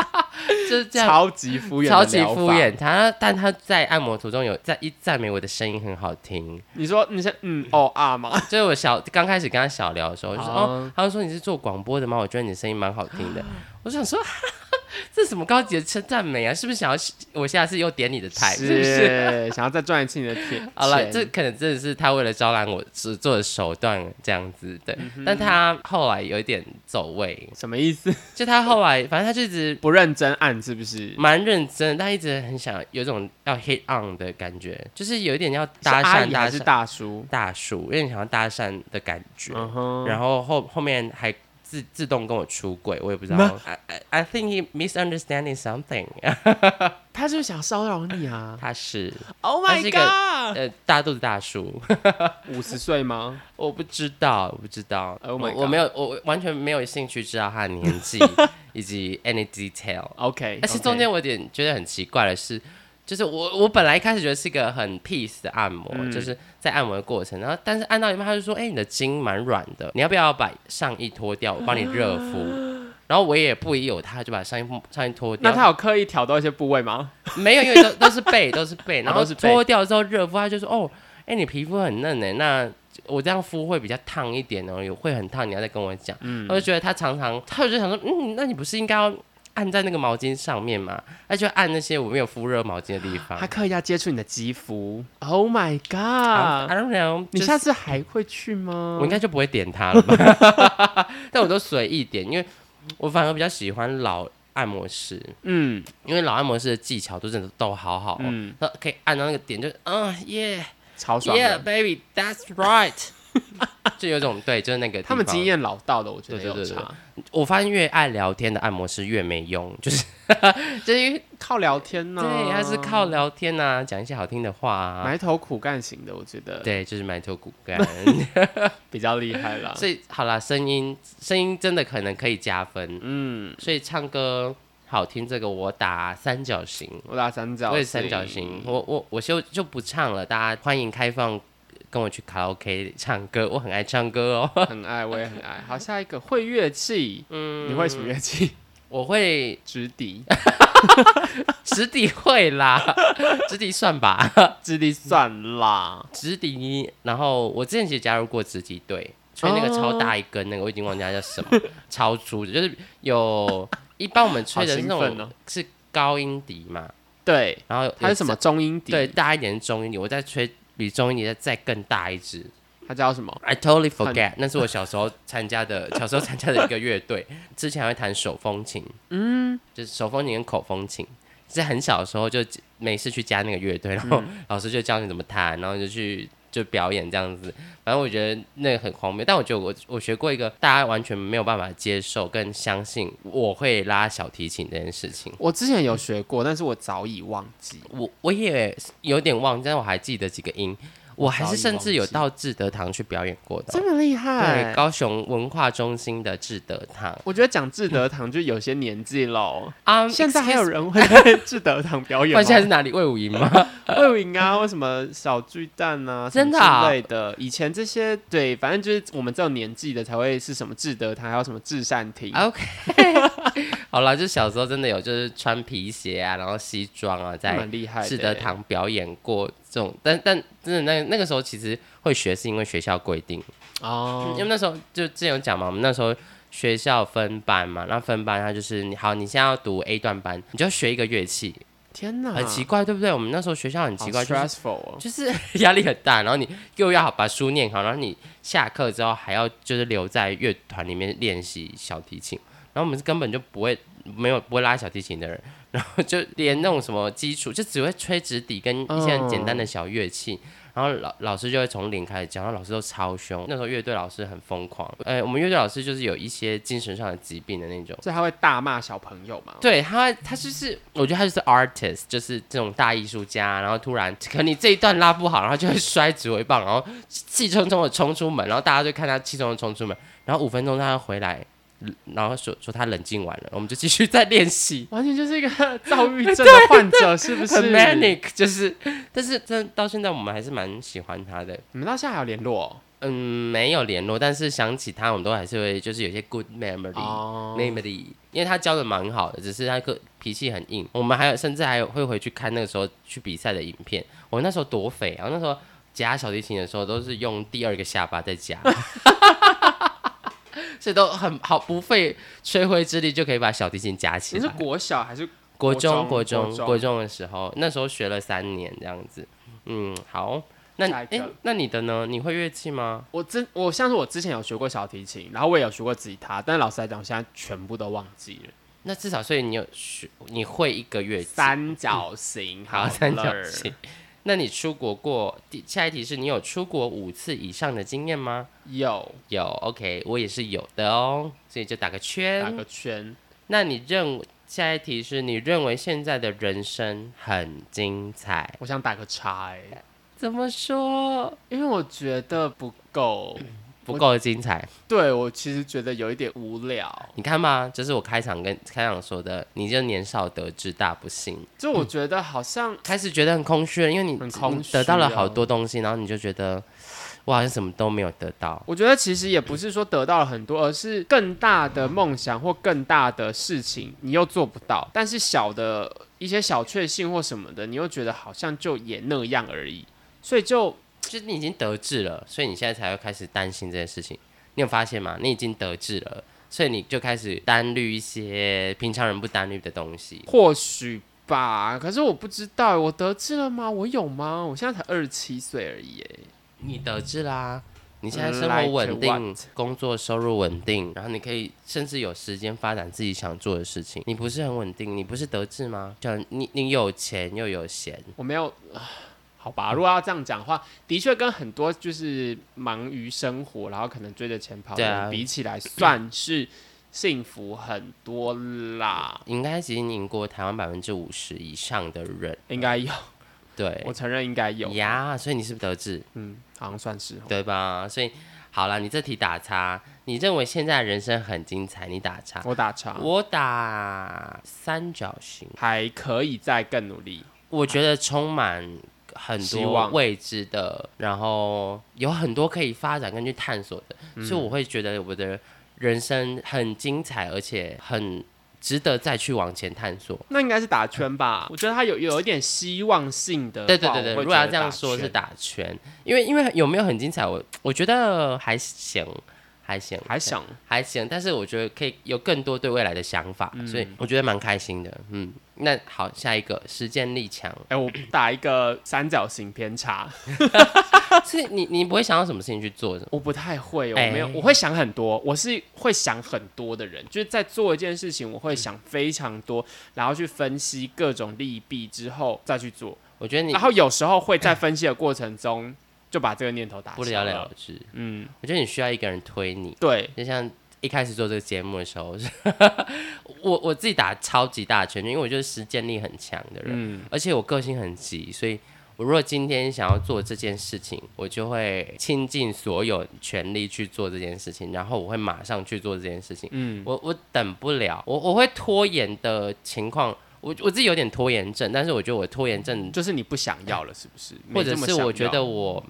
[SPEAKER 1] 就是这样。
[SPEAKER 2] 超级敷衍，
[SPEAKER 1] 超级敷。衍他，但他在按摩途中有在一赞美我的声音很好听，
[SPEAKER 2] 你说你是嗯哦啊吗？
[SPEAKER 1] 就是我小刚开始跟他小聊的时候，我就说
[SPEAKER 2] 哦
[SPEAKER 1] 哦，他就说你是做广播的吗？我觉得你的声音蛮好听
[SPEAKER 2] 嗯
[SPEAKER 1] 的。我就想说，哈哈这什么高级的称赞美啊？是不是想要我下次又点你的台？是不是？
[SPEAKER 2] 是想要再赚一次你的钱。
[SPEAKER 1] 好了，这
[SPEAKER 2] 钱
[SPEAKER 1] 可能真的是他为了招揽我所做的手段这样子，对。
[SPEAKER 2] 嗯
[SPEAKER 1] 但他后来有一点走位，
[SPEAKER 2] 什么意思？
[SPEAKER 1] 就他后来反正他就一直
[SPEAKER 2] 不认真按是不是？
[SPEAKER 1] 蛮认真，但一直很想有一种要 hit on 的感觉，就是有一点要
[SPEAKER 2] 是
[SPEAKER 1] 搭
[SPEAKER 2] 阿
[SPEAKER 1] 讪
[SPEAKER 2] 姨
[SPEAKER 1] 搭
[SPEAKER 2] 还是
[SPEAKER 1] 讪
[SPEAKER 2] 大叔？
[SPEAKER 1] 大叔，有点想要搭讪的感觉。
[SPEAKER 2] 嗯哼，
[SPEAKER 1] 然后后后面还自自动跟我出轨，我也不知道。I I- I think he misunderstanding something 。
[SPEAKER 2] 他是不是想骚扰你啊
[SPEAKER 1] 他是
[SPEAKER 2] ？Oh
[SPEAKER 1] 他是
[SPEAKER 2] my
[SPEAKER 1] 一个
[SPEAKER 2] god！
[SPEAKER 1] 呃大肚子大叔，
[SPEAKER 2] 五十岁吗？
[SPEAKER 1] 我不知道，我不知道
[SPEAKER 2] Oh my
[SPEAKER 1] 我
[SPEAKER 2] God
[SPEAKER 1] 我没有，我完全没有兴趣知道他的年纪以及 any detail。
[SPEAKER 2] OK，
[SPEAKER 1] 哎但是中间我有点觉得很奇怪的是，就是我我本来一开始觉得是一个很 peace 的按摩，
[SPEAKER 2] 嗯
[SPEAKER 1] 就是在按摩的过程，然后但是按到一半他就说：“哎、你的筋蛮软的，你要不要把上衣脱掉？我帮你热敷。 然后我也不疑有他，就把上衣上衣脱掉。
[SPEAKER 2] 那他有刻意挑逗一些部位吗？
[SPEAKER 1] 没有，因为都都是背，都是背，
[SPEAKER 2] 哦
[SPEAKER 1] 然后
[SPEAKER 2] 都是背
[SPEAKER 1] 脱掉之后热敷，他就说：“哦，哎、你皮肤很嫩呢，那我这样敷会比较烫一点哦，有会很烫，你要再跟我讲。
[SPEAKER 2] 嗯
[SPEAKER 1] 我就觉得他常常，他就想说：“嗯，那你不是应该要按在那个毛巾上面吗？他就按那些我没有敷热毛巾的地方。
[SPEAKER 2] 他刻意要接触你的肌肤？Oh my
[SPEAKER 1] I
[SPEAKER 2] god！
[SPEAKER 1] don't know，啊就
[SPEAKER 2] 你
[SPEAKER 1] 是
[SPEAKER 2] 下次还会去吗？
[SPEAKER 1] 我应该就不会点他了吧？ 但我都随意点，因为我反而比较喜欢老按摩师，
[SPEAKER 2] 嗯
[SPEAKER 1] 因为老按摩师的技巧都真的都好好哦，
[SPEAKER 2] 嗯，
[SPEAKER 1] 他可以按到那个点就嗯耶。
[SPEAKER 2] 超爽的。
[SPEAKER 1] Yeah, baby, that's right 。 就有一种对，就是那个地
[SPEAKER 2] 他们
[SPEAKER 1] 方
[SPEAKER 2] 经。验老道的，我觉得
[SPEAKER 1] 对对
[SPEAKER 2] 有
[SPEAKER 1] 对对
[SPEAKER 2] 差。
[SPEAKER 1] 我发现越爱聊天的按摩师越没用， 就是就是因为
[SPEAKER 2] 靠聊天呢，
[SPEAKER 1] 对，他是靠聊天啊，讲一些好听的话啊。
[SPEAKER 2] 埋头苦干型的，我觉得
[SPEAKER 1] 对，就是埋头苦干，
[SPEAKER 2] 比较厉害啦。
[SPEAKER 1] 所以好啦，声音声音真的可能可以加分，
[SPEAKER 2] 嗯，
[SPEAKER 1] 所以唱歌好听这个我打三角形，
[SPEAKER 2] 我打三角，
[SPEAKER 1] 我也三角形，，我我我就就不唱了，大家欢迎开放跟我去卡拉 OK 唱歌，我很爱唱歌哦。
[SPEAKER 2] 很爱，我也很爱。好，下一个会乐器，嗯，你会什么乐器？
[SPEAKER 1] 我会
[SPEAKER 2] 直 笛，
[SPEAKER 1] 直笛会啦， 直笛算吧，
[SPEAKER 2] 直笛算啦。
[SPEAKER 1] 直笛。然后我之前其实加入过直笛队，吹那个超大一根那个，我已经忘记它叫什 么，超粗的，就是有一般我们吹的是那
[SPEAKER 2] 好兴奋
[SPEAKER 1] 种
[SPEAKER 2] 哦
[SPEAKER 1] 是高音笛嘛，
[SPEAKER 2] 对，
[SPEAKER 1] 然后
[SPEAKER 2] 它是什么中音笛？
[SPEAKER 1] 对，，大一点是中音笛，我在吹比中音笛再再更大一支。
[SPEAKER 2] 它叫什么？
[SPEAKER 1] I totally forget，那是我小时候参加的， 小时候参加的一个乐队，之前还会弹手风琴，嗯，就是手风琴跟口风琴，在很小的时候就每次去加那个乐队，然后
[SPEAKER 2] 嗯
[SPEAKER 1] 老师就教你怎么弹，然后就去就表演这样子，反正我觉得那个很荒谬，但我觉得我我学过一个大家完全没有办法接受跟相信我会拉小提琴这件事情。
[SPEAKER 2] 我之前有学过，但是我早已忘记。
[SPEAKER 1] 我我也有点忘记，但我还记得几个音，我还是甚至有
[SPEAKER 2] 我早已
[SPEAKER 1] 到志德堂去表演过的哦、
[SPEAKER 2] 这么厉
[SPEAKER 1] 对，
[SPEAKER 2] 害！
[SPEAKER 1] 高雄文化中心的志德堂
[SPEAKER 2] 我觉得讲志德堂就有些年纪喽。
[SPEAKER 1] 啊
[SPEAKER 2] 现在还有人会在志德堂表演
[SPEAKER 1] 不然 现在
[SPEAKER 2] 吗？
[SPEAKER 1] 是哪里？魏武营吗？
[SPEAKER 2] 魏颖啊，或什么小巨蛋啊，
[SPEAKER 1] 真的
[SPEAKER 2] 什么
[SPEAKER 1] 啊
[SPEAKER 2] 之类的。以前这些对，反正就是我们这种年纪的才会是什么志德堂，还有什么至善亭。
[SPEAKER 1] OK，好了，就小时候真的有，就是穿皮鞋啊，然后西装啊，在
[SPEAKER 2] 蛮厉害的欸。
[SPEAKER 1] 志德堂表演过这种，但但真的那那个时候其实会学是因为学校规定，因
[SPEAKER 2] 哦
[SPEAKER 1] 为，那时候就之前有讲嘛，我们那时候。学校分班嘛，那分班它就是你好，你现在要读 A 段班，你就要学一个乐器，
[SPEAKER 2] 天哪，
[SPEAKER 1] 很奇怪，对不对？我们那时候学校很
[SPEAKER 2] 好
[SPEAKER 1] 奇怪，就是
[SPEAKER 2] stressful 哦。
[SPEAKER 1] 就是 压力很大，然后你又要把书念好，然后你下课之后还要就是留在乐团里面练习小提琴，然后我们是根本就不会没有不会拉小提琴的人，然后就连那种什么基础就只会吹直笛跟一些很简单的小乐器。然后老老师就会从零开始教，然后老师都超凶。那时候乐队老师很疯狂，呃，我们乐队老师就是有一些精神上的疾病的那种，
[SPEAKER 2] 所以他会大骂小朋友嘛？
[SPEAKER 1] 对他，他就是我觉得他就是 artist，就是这种大艺术家，然后突然可能你这一段拉不好，然后就会摔指挥棒，然后气冲冲的冲出门，然后大家就看他气冲冲地冲出门，然后五分钟他要回来，然后说说他冷静完了，我们就继续再练习。
[SPEAKER 2] 完全就是一个躁郁症的患者，是 不是
[SPEAKER 1] 很？manic，就是，但是真的到现在我们还是蛮喜欢他的。
[SPEAKER 2] 你们到现在还有联络哦？
[SPEAKER 1] 嗯，没有联络，但是想起他，我们都还是会就是有一些 good memory、
[SPEAKER 2] 哦
[SPEAKER 1] memory，因为他教的蛮好的，只是他个脾气很硬。我们还有甚至还有会回去看那个时候去比赛的影片。我那时候多肥啊！我那时候夹小提琴的时候都是用第二个下巴在夹， 所以都很好，不费吹灰之力就可以把小提琴夹起
[SPEAKER 2] 你是
[SPEAKER 1] 来。
[SPEAKER 2] 国小还是
[SPEAKER 1] 国中、国
[SPEAKER 2] 国中
[SPEAKER 1] 中、
[SPEAKER 2] 国中
[SPEAKER 1] 国中的时候，那时候学了三年这样子。嗯，好，那
[SPEAKER 2] 下
[SPEAKER 1] 哎
[SPEAKER 2] 一、个
[SPEAKER 1] 诶那你的呢？你会乐器吗？
[SPEAKER 2] 我真我像是我之前有学过小提琴，然后我也有学过吉他，但老实来讲，我现在全部都忘记了。
[SPEAKER 1] 那至少，所以你有学，你会一个乐器，
[SPEAKER 2] 三角 形，
[SPEAKER 1] 好
[SPEAKER 2] 了
[SPEAKER 1] 三角形。那你出国过？第下一题是你有出国五次以上的经验吗？
[SPEAKER 2] 有
[SPEAKER 1] 有，OK，我也是有的哦，所以就打个圈。
[SPEAKER 2] 打个圈，
[SPEAKER 1] 那你认下一题是你认为现在的人生很精彩？
[SPEAKER 2] 我想打个叉哎、
[SPEAKER 1] 怎么说？
[SPEAKER 2] 因为我觉得不够，
[SPEAKER 1] 不够精彩。
[SPEAKER 2] 对我其实觉得有一点无聊，
[SPEAKER 1] 你看吧，这是我开场跟开场说的，你就年少得志大不幸，
[SPEAKER 2] 就我觉得好像
[SPEAKER 1] 开始觉得很空虚了，因为你
[SPEAKER 2] 很空虚
[SPEAKER 1] 得到了
[SPEAKER 2] 啊
[SPEAKER 1] 好多东西，然后你就觉得我好像什么都没有得到。
[SPEAKER 2] 我觉得其实也不是说得到了很多，而是更大的梦想或更大的事情你又做不到，但是小的一些小确幸或什么的，你又觉得好像就也那样而已，所以就
[SPEAKER 1] 就是你已经得志了，所以你现在才会开始担心这件事情。你有发现吗？你已经得志了，所以你就开始担虑一些平常人不担虑的东西。
[SPEAKER 2] 或许吧。可是我不知道我得志了吗？我有吗？我现在才二十七岁而已耶，
[SPEAKER 1] 你得志啦，你现在生活稳
[SPEAKER 2] Like
[SPEAKER 1] 定
[SPEAKER 2] what？，
[SPEAKER 1] 工作收入稳定，然后你可以甚至有时间发展自己想做的事情。你不是很稳定？你不是得志吗？像你，你有钱又有闲，
[SPEAKER 2] 我没有。 啊好吧，如果要这样讲的话，的确跟很多就是忙于生活，然后可能追着钱跑的
[SPEAKER 1] 对啊
[SPEAKER 2] 人比起来，算是幸福很多啦。
[SPEAKER 1] 应该已经赢过台湾百分之五十以上的人。
[SPEAKER 2] 应该有，
[SPEAKER 1] 对
[SPEAKER 2] 我承认应该有，
[SPEAKER 1] 呀，所以你是不是得志？
[SPEAKER 2] 嗯，好像算是哦。
[SPEAKER 1] 对吧？所以好了，你这题打叉，你认为现在人生很精彩，你打叉，
[SPEAKER 2] 我打叉，
[SPEAKER 1] 啊我打三角形，
[SPEAKER 2] 还可以再更努力。
[SPEAKER 1] 我觉得充满。很
[SPEAKER 2] 希
[SPEAKER 1] 多
[SPEAKER 2] 望
[SPEAKER 1] 未知的，然后有很多可以发展跟去探索的，
[SPEAKER 2] 嗯
[SPEAKER 1] 所以我会觉得我的人生很精彩，而且很值得再去往前探索。
[SPEAKER 2] 那应该是打圈吧？我觉得他有有一点希望性的
[SPEAKER 1] 嗯
[SPEAKER 2] 话。
[SPEAKER 1] 对对对对，
[SPEAKER 2] 我会
[SPEAKER 1] 如果要
[SPEAKER 2] 觉得
[SPEAKER 1] 这样说，是
[SPEAKER 2] 圈
[SPEAKER 1] 打圈，因为因为有没有很精彩，我我觉得还行，还行，
[SPEAKER 2] 还想
[SPEAKER 1] 还行，但是我觉得可以有更多对未来的想法，所以我觉得蛮开心的。嗯，那好，下一个实践力强，
[SPEAKER 2] 哎、我打一个三角形偏差，
[SPEAKER 1] 所以你你不会想到什么事情去做什么？
[SPEAKER 2] 我不太会，我
[SPEAKER 1] 哎
[SPEAKER 2] 没有，我会想很多，我是会想很多的人，就是在做一件事
[SPEAKER 1] 嗯
[SPEAKER 2] 情，我会想非常多，然后去分析各种利弊之后再去做，
[SPEAKER 1] 我觉得你
[SPEAKER 2] 然后有时候会在分析的过程中就把这个念头打
[SPEAKER 1] 不
[SPEAKER 2] 消
[SPEAKER 1] 了了之，
[SPEAKER 2] 嗯，
[SPEAKER 1] 我觉得你需要一个人推你，
[SPEAKER 2] 对，
[SPEAKER 1] 就像一开始做这个节目的时候， 我我自己打超级大的圈圈，因为我就是实践力很强的人，
[SPEAKER 2] 嗯。
[SPEAKER 1] 而且我个性很急，所以我如果今天想要做这件事情，我就会倾尽所有全力去做这件事情，然后我会马上去做这件事情。嗯，我我等不了，我我会拖延的情况，我我自己有点拖延症，但是我觉得我拖延症，
[SPEAKER 2] 就是你不想要了，是不是？
[SPEAKER 1] 或
[SPEAKER 2] 没
[SPEAKER 1] 者
[SPEAKER 2] 这么
[SPEAKER 1] 是
[SPEAKER 2] 想
[SPEAKER 1] 我觉
[SPEAKER 2] 要
[SPEAKER 1] 得我。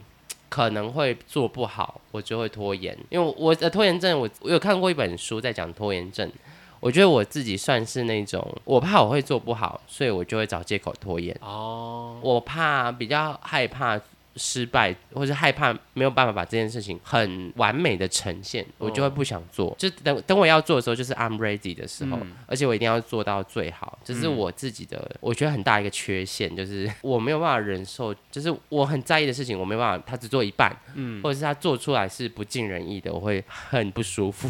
[SPEAKER 1] 可能会做不好，我就会拖延，因为我我的拖延症，我我有看过一本书在讲拖延症，我觉得我自己算是那种，我怕我会做不好，所以我就会找借口拖延。
[SPEAKER 2] 哦，
[SPEAKER 1] 我怕比较害怕失败，或者害怕没有办法把这件事情很完美的呈现，我就会不想做。就等等我要做的时候，就是 I'm ready 的时候，而且我一定要做到最好。这是我自己的，我觉得很大一个缺陷，就是 我没有办法忍受，就是我很在意的事情，我没有办法，他只做一半，嗯，或者是他做出来是不尽人意的，我会很不舒服。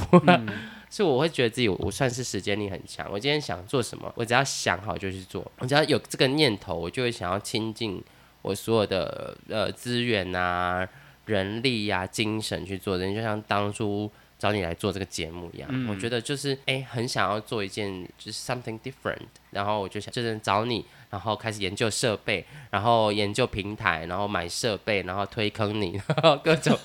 [SPEAKER 1] 所以我会觉得自己我算是时间力很强。我今天想做什么，我只要想好就去做，我只要有这个念头，我就会想要倾尽我所有的呃资源啊、人力啊、精神去做的。就像当初找你来做这个节目一样，我觉得就是哎、很想要做一件就是 something different，然后我就想就是找你，然后开始研究设备，然后研究平台，然后买设备，然后推坑你， 然后各种。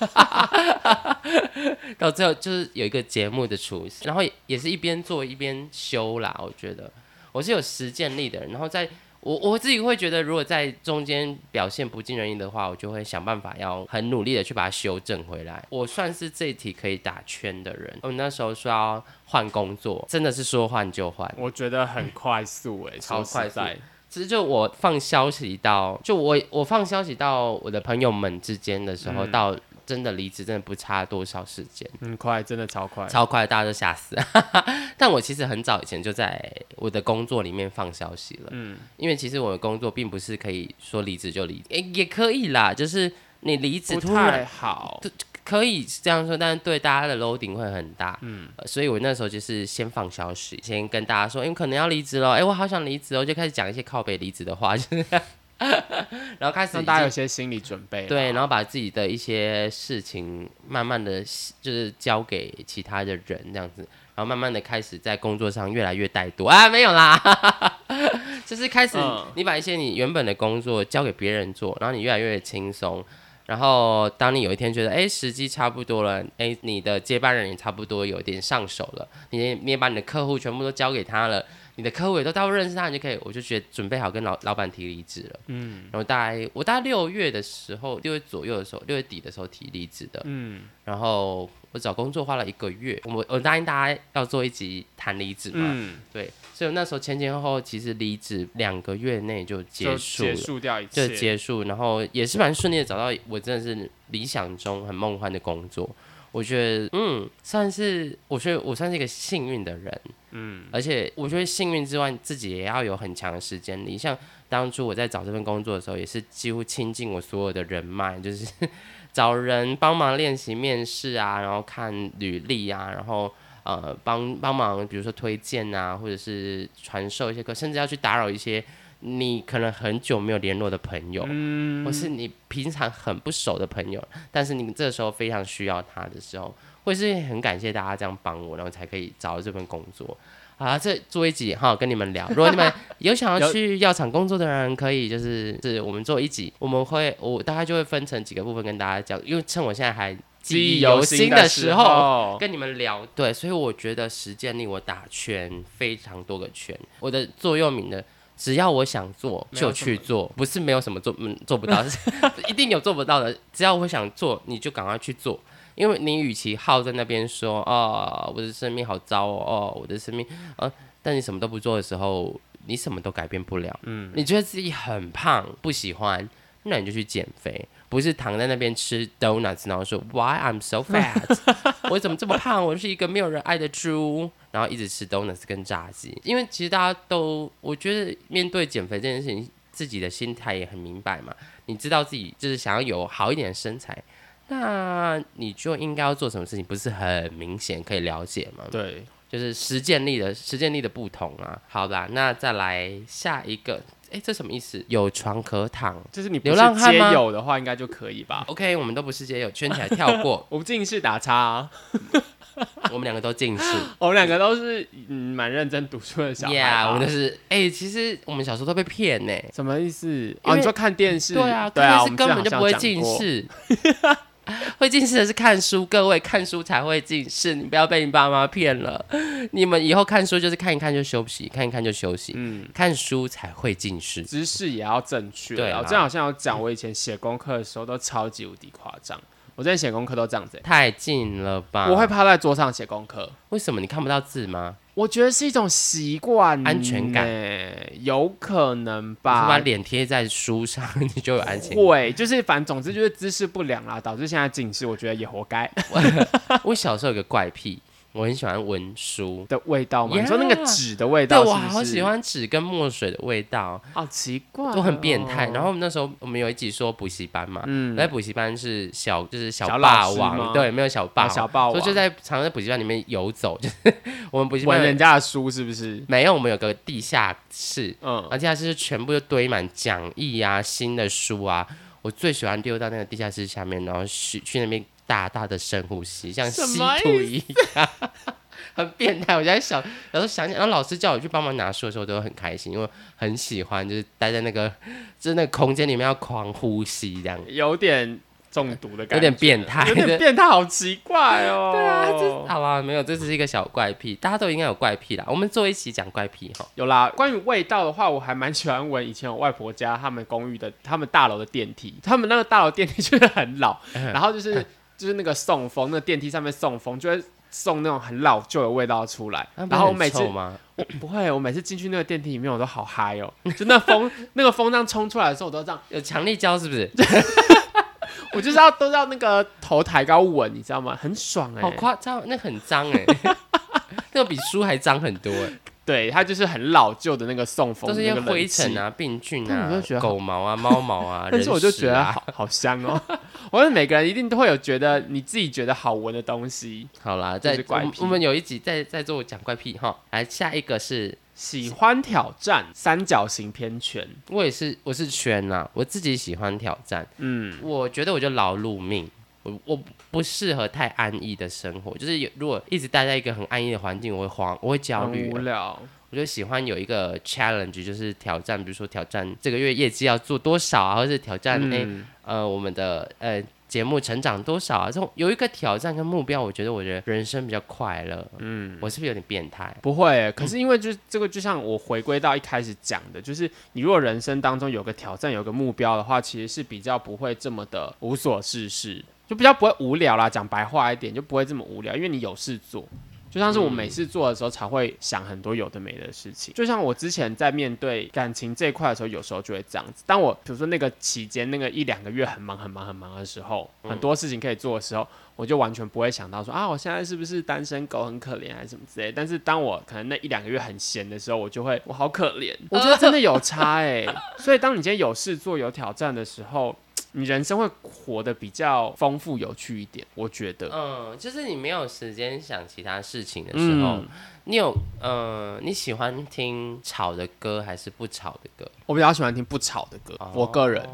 [SPEAKER 1] 到最后就是有一个节目的雏形，然后也也是一边做一边修啦。我觉得我是有实践力的人，然后在我我自己会觉得，如果在中间表现不尽人意的话，我就会想办法要很努力的去把它修正回来。我算是这一题可以打圈的人。我那时候说要换工作，真的是说换就换。
[SPEAKER 2] 我觉得很快速哎、
[SPEAKER 1] 超
[SPEAKER 2] 说实
[SPEAKER 1] 快速
[SPEAKER 2] 在
[SPEAKER 1] 其实就我放消息到，就我我放消息到我的朋友们之间的时候，到真的离职真的不差多少时间，
[SPEAKER 2] 很嗯快，真的超快。
[SPEAKER 1] 超快，大家都吓死。 但我其实很早以前就在我的工作里面放消息了，嗯，因为其实我的工作并不是可以说离职就离职，也也可以啦，就是你离职
[SPEAKER 2] 不
[SPEAKER 1] 突然
[SPEAKER 2] 太好，
[SPEAKER 1] 可以这样说，但是对大家的 loading 会很大。嗯、所以我那时候就是先放消息，先跟大家说，因、为可能要离职了，哎、我好想离职哦，就开始讲一些靠北离职的话，就是， 然后开始
[SPEAKER 2] 让大家有些心理准备啦。
[SPEAKER 1] 对，然后把自己的一些事情慢慢的就是交给其他的人这样子，然后慢慢的开始在工作上越来越怠惰啊， 没有啦，就是开始
[SPEAKER 2] 嗯
[SPEAKER 1] 你把一些你原本的工作交给别人做，然后你越来越轻松。然后，当你有一天觉得，哎，时机差不多了，哎，你的接班人也差不多有点上手了，你也你也把你的客户全部都交给他了，你的客户也都大部分认识他，你就可以，我就觉得准备好跟老老板提离职了。嗯，然后大概我大概六月的时候，六月左右的时候，六月底的时候提离职的。
[SPEAKER 2] 嗯，
[SPEAKER 1] 然后我找工作花了一个月，我我答应大家要做一集谈离职嘛，
[SPEAKER 2] 嗯，
[SPEAKER 1] 对，所以我那时候前前后后其实离职两个月内就结
[SPEAKER 2] 就
[SPEAKER 1] 束了
[SPEAKER 2] 结。束掉一
[SPEAKER 1] 就
[SPEAKER 2] 切，
[SPEAKER 1] 结束，然后也是蛮顺利的找到我真的是理想中很梦幻的工作。我觉得，嗯，算是我觉得我算是一个幸运的人，嗯，而且我觉得幸运之外，自己也要有很强的时间力。像当初我在找这份工作的时候，也是几乎倾尽我所有的人脉，就是 找人帮忙练习面试啊，然后看履历啊，然后呃帮帮忙，比如说推荐啊，或者是传授一些课，甚至要去打扰一些你可能很久没有联络的朋友，
[SPEAKER 2] 嗯
[SPEAKER 1] 或是你平常很不熟的朋友，但是你这时候非常需要他的时候，会是很感谢大家这样帮我，然后才可以找到这份工作。啊，这做一集哈，跟你们聊。如果你们有想要
[SPEAKER 2] 有
[SPEAKER 1] 去药厂工作的人，可以就是是我们做一集，我们会我大概就会分成几个部分跟大家讲，因为趁我现在还
[SPEAKER 2] 记
[SPEAKER 1] 记忆
[SPEAKER 2] 忆
[SPEAKER 1] 犹
[SPEAKER 2] 犹
[SPEAKER 1] 新
[SPEAKER 2] 新
[SPEAKER 1] 的时
[SPEAKER 2] 时
[SPEAKER 1] 候，
[SPEAKER 2] 候，
[SPEAKER 1] 跟你们聊，对，所以我觉得实践令我打圈非常多个圈，我的座右铭的。只要我想做
[SPEAKER 2] 没有
[SPEAKER 1] 就去做，不是没有什么做嗯做不到，是 一定有做不到的。只要我想做，你就赶快去做，因为你与其耗在那边说哦我的生命好糟哦，哦我的生命呃，但你什么都不做的时候，你什么都改变不了。嗯，你觉得自己很胖不喜欢，那你就去减肥，不是躺在那边吃 donuts，然后说 Why I'm so fat。我怎么这么胖？我是一个没有人爱的猪。然后一直吃 donuts 跟炸鸡，因为其实大家都，我觉得面对减肥这件事情，自己的心态也很明白嘛。你知道自己就是想要有好一点的身材，那你就应该要做什么事情，不是很明显可以了解吗？
[SPEAKER 2] 对，
[SPEAKER 1] 就是实践力的实践力的不同啊。好啦，那再来下一个，诶，这什么意思？有床可躺。
[SPEAKER 2] 就是你不
[SPEAKER 1] 流
[SPEAKER 2] 是
[SPEAKER 1] 浪汉
[SPEAKER 2] 街
[SPEAKER 1] 吗
[SPEAKER 2] 友的话，应该就可以吧？，
[SPEAKER 1] OK，我们都不是街友，圈起来跳过
[SPEAKER 2] 我们近视打叉 啊、
[SPEAKER 1] 我们两个都近 视。
[SPEAKER 2] 我们两个都是嗯蛮认真读书的小孩
[SPEAKER 1] Yeah，
[SPEAKER 2] 吧
[SPEAKER 1] 我们就是哎、其实我们小时候都被骗呢、
[SPEAKER 2] 什么意思？哦，
[SPEAKER 1] 为
[SPEAKER 2] 你说看电视？
[SPEAKER 1] 对啊，
[SPEAKER 2] 对啊，
[SPEAKER 1] 看电
[SPEAKER 2] 我
[SPEAKER 1] 视
[SPEAKER 2] 们
[SPEAKER 1] 根本
[SPEAKER 2] 之
[SPEAKER 1] 就
[SPEAKER 2] 前
[SPEAKER 1] 不
[SPEAKER 2] 好
[SPEAKER 1] 会
[SPEAKER 2] 像
[SPEAKER 1] 近
[SPEAKER 2] 讲过。
[SPEAKER 1] 视， 会近视的是看书，各位看书才会近视，你不要被你爸妈骗了。你们以后看书就是看一看就休息，看一看就休息，
[SPEAKER 2] 嗯，
[SPEAKER 1] 看书才会近视。
[SPEAKER 2] 知识也要正确。
[SPEAKER 1] 对啊
[SPEAKER 2] 我之前好像有讲，我以前写功课的时候都超级无敌夸张。我之前写功课都这样子欸、
[SPEAKER 1] 太近了吧？
[SPEAKER 2] 我会趴在桌上写功课。
[SPEAKER 1] 为什么你看不到字吗？
[SPEAKER 2] 我觉得是一种习惯、欸
[SPEAKER 1] 安全感，
[SPEAKER 2] 有可能
[SPEAKER 1] 你是把
[SPEAKER 2] 吧。
[SPEAKER 1] 脸贴在书上， 你就有安全感。
[SPEAKER 2] 会，就是反正总之就是姿势不良啦，导致现在近视，我觉得也活该
[SPEAKER 1] 我小时候有个怪癖，我很喜欢闻书，
[SPEAKER 2] 的味道嘛。
[SPEAKER 1] Yeah
[SPEAKER 2] 你说那个纸的味
[SPEAKER 1] 对
[SPEAKER 2] 道是
[SPEAKER 1] 我
[SPEAKER 2] 不是，
[SPEAKER 1] 好喜，欢纸跟墨水的味道。
[SPEAKER 2] 好奇怪哦、嗯
[SPEAKER 1] 都很变态。然后那时候我们有一集说补习班嘛，我在补习班是小就是小
[SPEAKER 2] 小老
[SPEAKER 1] 霸
[SPEAKER 2] 师
[SPEAKER 1] 王，
[SPEAKER 2] 吗
[SPEAKER 1] 对，没有小霸
[SPEAKER 2] 把
[SPEAKER 1] 王，
[SPEAKER 2] 哦小啊霸
[SPEAKER 1] 所
[SPEAKER 2] 王
[SPEAKER 1] 以就在常常在补习班里面游走，就是 我们补习
[SPEAKER 2] 闻
[SPEAKER 1] 班
[SPEAKER 2] 人家的书，是不是？
[SPEAKER 1] 没有，我们有个地下室，
[SPEAKER 2] 嗯，
[SPEAKER 1] 而且它是全部就堆满讲义啊、新的书啊。我最喜欢溜到那个地下室下面，然后去去那边大大的深呼吸，像
[SPEAKER 2] 什
[SPEAKER 1] 吸
[SPEAKER 2] 么
[SPEAKER 1] 土一样， 很变态。我在想，然后想想，然后老师叫我去帮忙拿书的时候，我都很开心，因为很 喜欢，就是待在那个就是那个空间里面要狂呼吸这样。
[SPEAKER 2] 有点中毒的感觉，
[SPEAKER 1] 有点变态
[SPEAKER 2] 有点变态，好奇怪哦。
[SPEAKER 1] 对啊，这好啦，没有，这只是一个小怪癖，大家都应该有怪癖啦。我们做一期讲怪癖哈。
[SPEAKER 2] 有啦，关于味道的话，我还蛮喜欢闻以前我外婆家他们公寓的他们大楼的电梯，他们那个大楼电梯就是很老，
[SPEAKER 1] 嗯
[SPEAKER 2] 然后就是就是那个送风，那电梯上面送风就会送那种很老旧的味道出来。
[SPEAKER 1] 啊那不是
[SPEAKER 2] 然后我
[SPEAKER 1] 很
[SPEAKER 2] 每次
[SPEAKER 1] 臭吗？
[SPEAKER 2] 我不会，我每次进去那个电梯里面，我都好嗨哦，就那风那个风这样冲出来的时候，我都这样，
[SPEAKER 1] 有强力胶是不是？
[SPEAKER 2] 我就是要都要那个头抬高吻，你知道吗？很爽哎、
[SPEAKER 1] 好夸张，那很脏 哎、那比书还脏很多、欸，
[SPEAKER 2] 对，它就是很老旧的那个送风
[SPEAKER 1] 都是一
[SPEAKER 2] 那
[SPEAKER 1] 些
[SPEAKER 2] 个
[SPEAKER 1] 灰
[SPEAKER 2] 冷气
[SPEAKER 1] 尘，啊、病菌
[SPEAKER 2] 但
[SPEAKER 1] 啊
[SPEAKER 2] 我就觉得、好
[SPEAKER 1] 狗毛啊、 猫毛啊。
[SPEAKER 2] 但是我就觉得
[SPEAKER 1] 人屎啊
[SPEAKER 2] 好好香哦。我觉得每个人一定都会有觉得你自己觉得好闻的东西，
[SPEAKER 1] 好啦，
[SPEAKER 2] 这
[SPEAKER 1] 在
[SPEAKER 2] 是怪
[SPEAKER 1] 我们
[SPEAKER 2] 癖
[SPEAKER 1] 我们有一集在在做讲怪癖哈，来下一个是
[SPEAKER 2] 喜欢挑战三角形偏拳，
[SPEAKER 1] 我也是我是圈呐、我自己喜欢挑战，
[SPEAKER 2] 嗯，
[SPEAKER 1] 我觉得我就劳碌命。我我不适合太安逸的生活，就是有如果一直待在一个很安逸的环境，我会慌，我会焦
[SPEAKER 2] 很
[SPEAKER 1] 虑
[SPEAKER 2] 无
[SPEAKER 1] 啊。
[SPEAKER 2] 聊。
[SPEAKER 1] 我就喜欢有一个 challenge，就是挑战，比如说挑战这个月业绩要做多少啊，或者是挑战哎、
[SPEAKER 2] 嗯，
[SPEAKER 1] 呃我们的呃节目成长多少啊？这种有一个挑战跟目标，我觉得我的人生比较快乐。嗯，我是不是有点变态？
[SPEAKER 2] 不会欸、可是因为就是这个，就像我回归到一开始讲的，就是你如果人生当中有个挑战、有个目标的话，其实是比较不会这么的无所事事，就比较不会无聊啦。讲白话一点，就不会这么无聊，因为你有事做。就像是我每次做的时候，才会想很多有的没的事情。就像我之前在面对感情这一块的时候，有时候就会这样子。当我比如说那个期间，那个一两个月很忙很忙很忙的时候，很多事情可以做的时候，我就完全不会想到说啊，我现在是不是单身狗很可怜还是什么之类。但是当我可能那一两个月很闲的时候，我就会我好可怜，我觉得真的有差哎、 所以当你今天有事做、有挑战的时候，你人生会活得比较丰富、有趣一点。我觉得，
[SPEAKER 1] 嗯，就是你没有时间想其他事情的时候，
[SPEAKER 2] 嗯
[SPEAKER 1] 你有呃你喜欢听吵的歌还是不吵的歌？
[SPEAKER 2] 我比较喜欢听不吵的歌，我个人，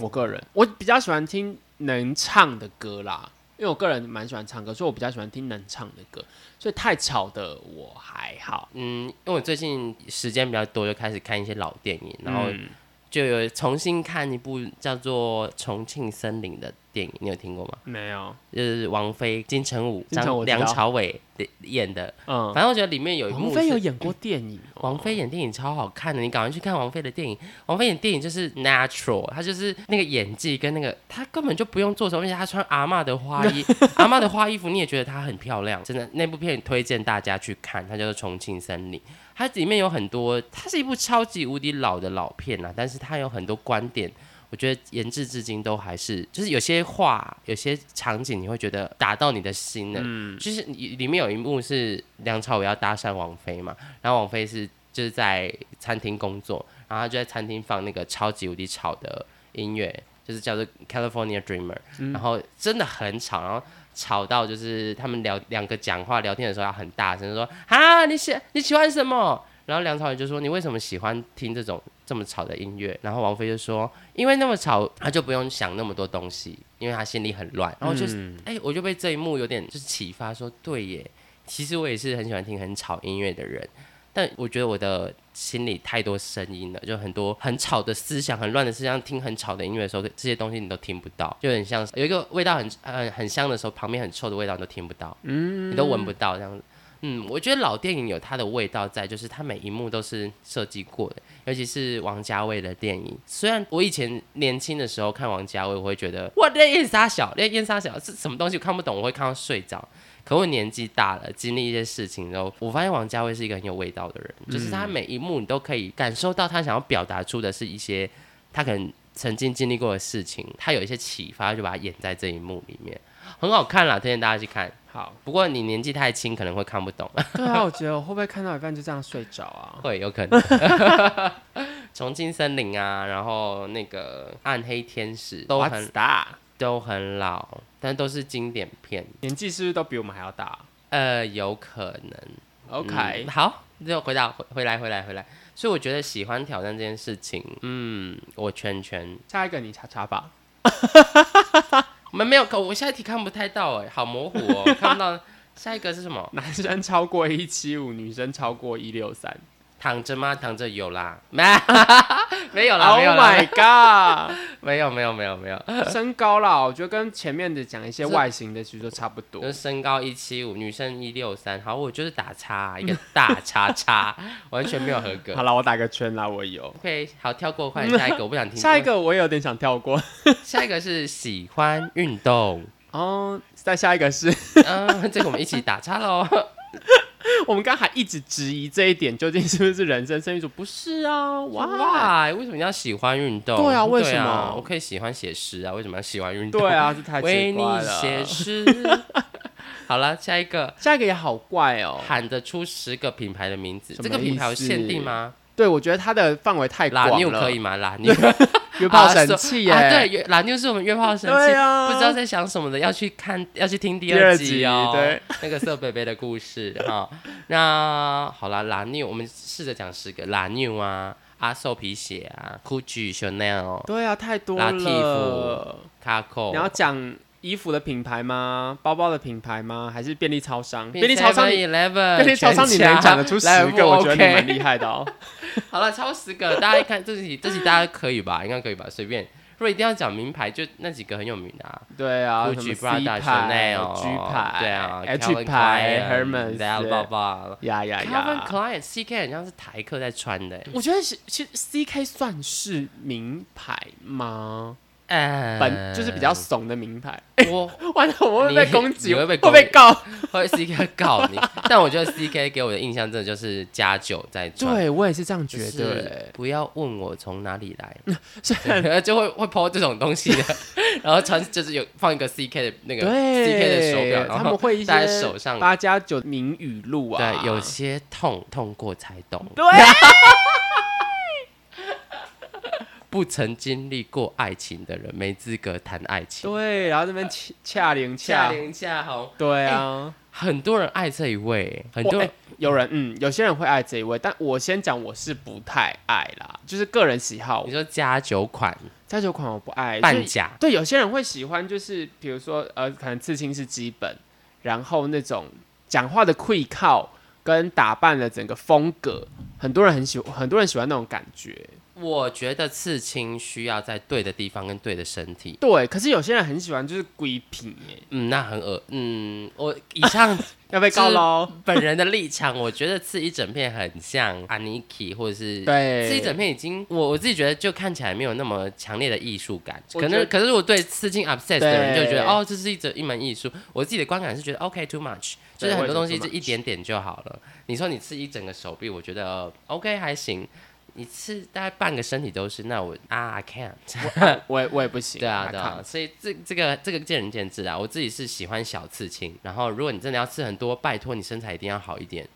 [SPEAKER 2] 我个人，我比较喜欢听能唱的歌啦，因为我个人蛮喜欢唱歌，所以我比较喜欢听能唱的歌，所以太吵的我还好。
[SPEAKER 1] 嗯，因为我最近时间比较多，就开始看一些老电影，然后
[SPEAKER 2] 嗯
[SPEAKER 1] 就有重新看一部叫做《重庆森林》的电影，你有听过吗？
[SPEAKER 2] 没有，
[SPEAKER 1] 就是王菲、金城武、
[SPEAKER 2] 金城
[SPEAKER 1] 张
[SPEAKER 2] 武我知道
[SPEAKER 1] 梁朝伟的演的。
[SPEAKER 2] 嗯
[SPEAKER 1] 反，正我觉得里面有一幕
[SPEAKER 2] 王
[SPEAKER 1] 是，
[SPEAKER 2] 菲有演过 电影哦、
[SPEAKER 1] 王菲演电影超好看的，你赶快去看王菲的电影。王菲演电影就是 natural，她就是那个演技跟那个，她根本就不用做什么，而且她穿阿嬷的花衣，阿嬷的花衣服，你也觉得她很漂亮。真的，那部片推荐大家去看，它叫做《重庆森林》，它里面有很多，它是一部超级无敌老的老片啦，但是它有很多观点。我觉得研制至今都还是，就是有些话、有些场景，你会觉得打到你的心的。就是你里面有一幕是梁朝伟要搭讪王菲嘛，然后王菲是就是在餐厅工作，然后她就在餐厅放那个超级无敌吵的音乐，就是叫做 California Dreamer，、然后真的很吵，然后吵到就是他们聊两个讲话聊天的时候要很大声说啊你喜你喜欢什么？然后梁朝伟就说你为什么喜欢听这种这么吵的音乐？然后王菲就说因为那么吵，她就不用想那么多东西，因为她心里很乱。然后就是哎、我就被这一幕有点就是启发说对耶，其实我也是很喜欢听很吵音乐的人，但我觉得我的心里太多声音了，就很多很吵的思想、很乱的思想，听很吵的音乐的时候，这些东西你都听不到，就很像有一个味道很很很香的时候，旁边很臭的味道你都听不到，嗯，你都闻不到这样子。嗯，我觉得老电影有它的味道在，就是它每一幕都是嗯设计过的，尤其是王家卫的电影。虽然我以前年轻的时候看王家卫，我会觉得哇，那燕莎小，那燕莎小是什么东西我看不懂，我会看到睡着。可我年纪大了，经历一些事情之后，我发现王家卫是一个很有味道的人，就是他每一幕你都可以感受到他想要表达出的是一些他可能曾经经历过的事情，他有一些启发，就把它演在这一幕里面，很好看啦，推荐大家去看。
[SPEAKER 2] 好，
[SPEAKER 1] 不过你年纪太轻，可能会看不懂，
[SPEAKER 2] 对啊，我觉得我会不会看到一半就这样睡着啊？
[SPEAKER 1] 会有可能。重庆森林啊，然后那个暗黑天使都
[SPEAKER 2] 哇
[SPEAKER 1] 很
[SPEAKER 2] 大，
[SPEAKER 1] 都很老，但都是经典片，
[SPEAKER 2] 年纪是不是都比我们还要大
[SPEAKER 1] 呃，有可能。
[SPEAKER 2] ？OK，、
[SPEAKER 1] 嗯好，就回答回回来回来回来。所以我觉得喜欢挑战这件事情，嗯，我圈圈，
[SPEAKER 2] 下一个你查查吧。
[SPEAKER 1] 我们没有，我下一题看不太到哎、好模糊哦，看不到。下一个是什么？
[SPEAKER 2] 男生超过一七五，女生超过一六三。
[SPEAKER 1] 躺着吗？躺着有啦，没没有啦，啊
[SPEAKER 2] Oh
[SPEAKER 1] 没有啦
[SPEAKER 2] my god！
[SPEAKER 1] 没有没有没有没有，
[SPEAKER 2] 身高啦，我觉得跟前面的讲一些
[SPEAKER 1] 是
[SPEAKER 2] 外形的其实都差不多
[SPEAKER 1] 就。是身高一七五，女生一六三，好，我就是打叉，一个大叉叉，完全没有合格
[SPEAKER 2] 好。了，我打个圈啦，我有。
[SPEAKER 1] OK，好，跳过，换下一个，我不想听。
[SPEAKER 2] 下一，个我也有点想跳过
[SPEAKER 1] 下一个是喜欢运动，
[SPEAKER 2] 哦，再下一个是
[SPEAKER 1] 嗯，这个我们一起打叉喽。
[SPEAKER 2] 我们刚还一直质疑这一点究竟是不是人生胜利组，不是啊，哇，
[SPEAKER 1] 哇，为什么你要喜欢运动？
[SPEAKER 2] 对啊为什
[SPEAKER 1] 啊
[SPEAKER 2] 么
[SPEAKER 1] 我可以喜欢写诗啊，为什么要喜欢运动？
[SPEAKER 2] 对，啊，这太
[SPEAKER 1] 为
[SPEAKER 2] 奇
[SPEAKER 1] 你
[SPEAKER 2] 怪
[SPEAKER 1] 写
[SPEAKER 2] 了。
[SPEAKER 1] 诗。 好了，下一个
[SPEAKER 2] 下一个也好怪哦，
[SPEAKER 1] 喊得出十个品牌的名字，
[SPEAKER 2] 什么
[SPEAKER 1] 这个品牌有限定吗？
[SPEAKER 2] 对我觉得它的范围太
[SPEAKER 1] 拉
[SPEAKER 2] 广
[SPEAKER 1] 妞
[SPEAKER 2] 了，
[SPEAKER 1] 可以吗？拉妞。
[SPEAKER 2] 约炮神器耶，
[SPEAKER 1] 啊，对，拉妞是我们约炮神器，
[SPEAKER 2] 对啊
[SPEAKER 1] 不知道在想什么的，要去看，要去听第
[SPEAKER 2] 第二
[SPEAKER 1] 集
[SPEAKER 2] 集
[SPEAKER 1] 哦。
[SPEAKER 2] 对，
[SPEAKER 1] 那个色贝贝的故事哈、那好啦，拉妞，我们试着讲十个拉妞啊，阿寿皮鞋啊，Gucci、Chanel、
[SPEAKER 2] 对啊，太多
[SPEAKER 1] 拉蒂哦
[SPEAKER 2] 了。
[SPEAKER 1] Coco，
[SPEAKER 2] 你要讲衣服的品牌吗？包包的品牌吗？还是便利超商？
[SPEAKER 1] 便
[SPEAKER 2] 便利超商你，
[SPEAKER 1] Eleven，
[SPEAKER 2] 便利超商你能讲得出十个， 我觉得你蛮厉害的哦。
[SPEAKER 1] 好了，超十个，大家看这集，这集大家可以吧？应该可以吧？随便。如果一定要讲名牌，就那几个很有名的、啊。
[SPEAKER 2] 对啊，什
[SPEAKER 1] Gucci、
[SPEAKER 2] 么
[SPEAKER 1] Prada
[SPEAKER 2] C、牌、
[SPEAKER 1] Chanel、
[SPEAKER 2] G 牌，
[SPEAKER 1] 对啊
[SPEAKER 2] ，H 牌、
[SPEAKER 1] l
[SPEAKER 2] Hermes，
[SPEAKER 1] a
[SPEAKER 2] 呀呀
[SPEAKER 1] 啊 Calvin
[SPEAKER 2] 呀！
[SPEAKER 1] Klein、CK 很像是台客在穿的、欸，
[SPEAKER 2] 我觉得是，其实 CK 算是名牌吗？
[SPEAKER 1] 嗯，
[SPEAKER 2] 本就是比较怂的名牌。
[SPEAKER 1] 我
[SPEAKER 2] 完了，我会被
[SPEAKER 1] 你
[SPEAKER 2] 攻击，
[SPEAKER 1] 你会被
[SPEAKER 2] 被
[SPEAKER 1] 攻
[SPEAKER 2] 会被告。
[SPEAKER 1] 会 CK 告你，但我觉得 CK 给我的印象真的就是加九在穿，
[SPEAKER 2] 对我也是这样
[SPEAKER 1] 就
[SPEAKER 2] 觉
[SPEAKER 1] 是
[SPEAKER 2] 得。欸
[SPEAKER 1] 不要问我从哪里来，
[SPEAKER 2] 嗯
[SPEAKER 1] 对 就会会抛这种东西的， 然后穿就是有放一个 CK 的那个 CK 的
[SPEAKER 2] 对
[SPEAKER 1] 手表，然后
[SPEAKER 2] 他们会一
[SPEAKER 1] 戴
[SPEAKER 2] 些
[SPEAKER 1] 在手上
[SPEAKER 2] 八加九名语录啊，
[SPEAKER 1] 对，有些痛痛过才懂，
[SPEAKER 2] 对，
[SPEAKER 1] 不曾经历过爱情的人没资格谈爱情。
[SPEAKER 2] 对，然后这边恰恰零
[SPEAKER 1] 恰
[SPEAKER 2] 恰，
[SPEAKER 1] 玲恰红，
[SPEAKER 2] 对啊，
[SPEAKER 1] 很多人爱这一位，很
[SPEAKER 2] 我
[SPEAKER 1] 多人
[SPEAKER 2] 哎有人嗯，有些人会爱这一位，但我先讲我是不太爱啦，就是个人喜好
[SPEAKER 1] 你，说加九款
[SPEAKER 2] 加九款我不爱，就
[SPEAKER 1] 半
[SPEAKER 2] 是
[SPEAKER 1] 价，
[SPEAKER 2] 对，有些人会喜欢，就是比如说呃，可能刺青是基本，然后那种讲话的会靠跟打扮的整个风格，很多人很喜，很多人喜欢那种感觉，
[SPEAKER 1] 我觉得刺青需要在对的地方跟对的身体。
[SPEAKER 2] 对，可是有些人很喜欢就是龟皮耶，
[SPEAKER 1] 嗯，那很恶。嗯，我以上
[SPEAKER 2] 要被告喽。
[SPEAKER 1] 本人的立场，我觉得刺一整片很像 Aniki 或者是
[SPEAKER 2] 对，
[SPEAKER 1] 刺一整片已经，我我自己觉得就看起来没有那么强烈的艺术感。
[SPEAKER 2] 我
[SPEAKER 1] 可
[SPEAKER 2] 觉
[SPEAKER 1] 能
[SPEAKER 2] 得
[SPEAKER 1] 可是我对刺青 obsessed 的人就觉得
[SPEAKER 2] 对
[SPEAKER 1] 哦，这是一整一门艺术。我自己的观感是觉得 OK too much，就
[SPEAKER 2] 对
[SPEAKER 1] 是很多
[SPEAKER 2] 我
[SPEAKER 1] 东
[SPEAKER 2] 也
[SPEAKER 1] 西
[SPEAKER 2] 觉得
[SPEAKER 1] 就
[SPEAKER 2] too much
[SPEAKER 1] 一点点就好了。你说你刺一整个手臂，我觉得、呃 OK 还行。你刺大概半个身体都是，那我啊 I can't。
[SPEAKER 2] 我也我也不行。
[SPEAKER 1] 对啊，
[SPEAKER 2] 还
[SPEAKER 1] 对
[SPEAKER 2] 看
[SPEAKER 1] 啊，所以这这个这个见仁见智啊。我自己是喜欢小刺青，然后如果你真的要刺很多，拜托你身材一定要好一 点，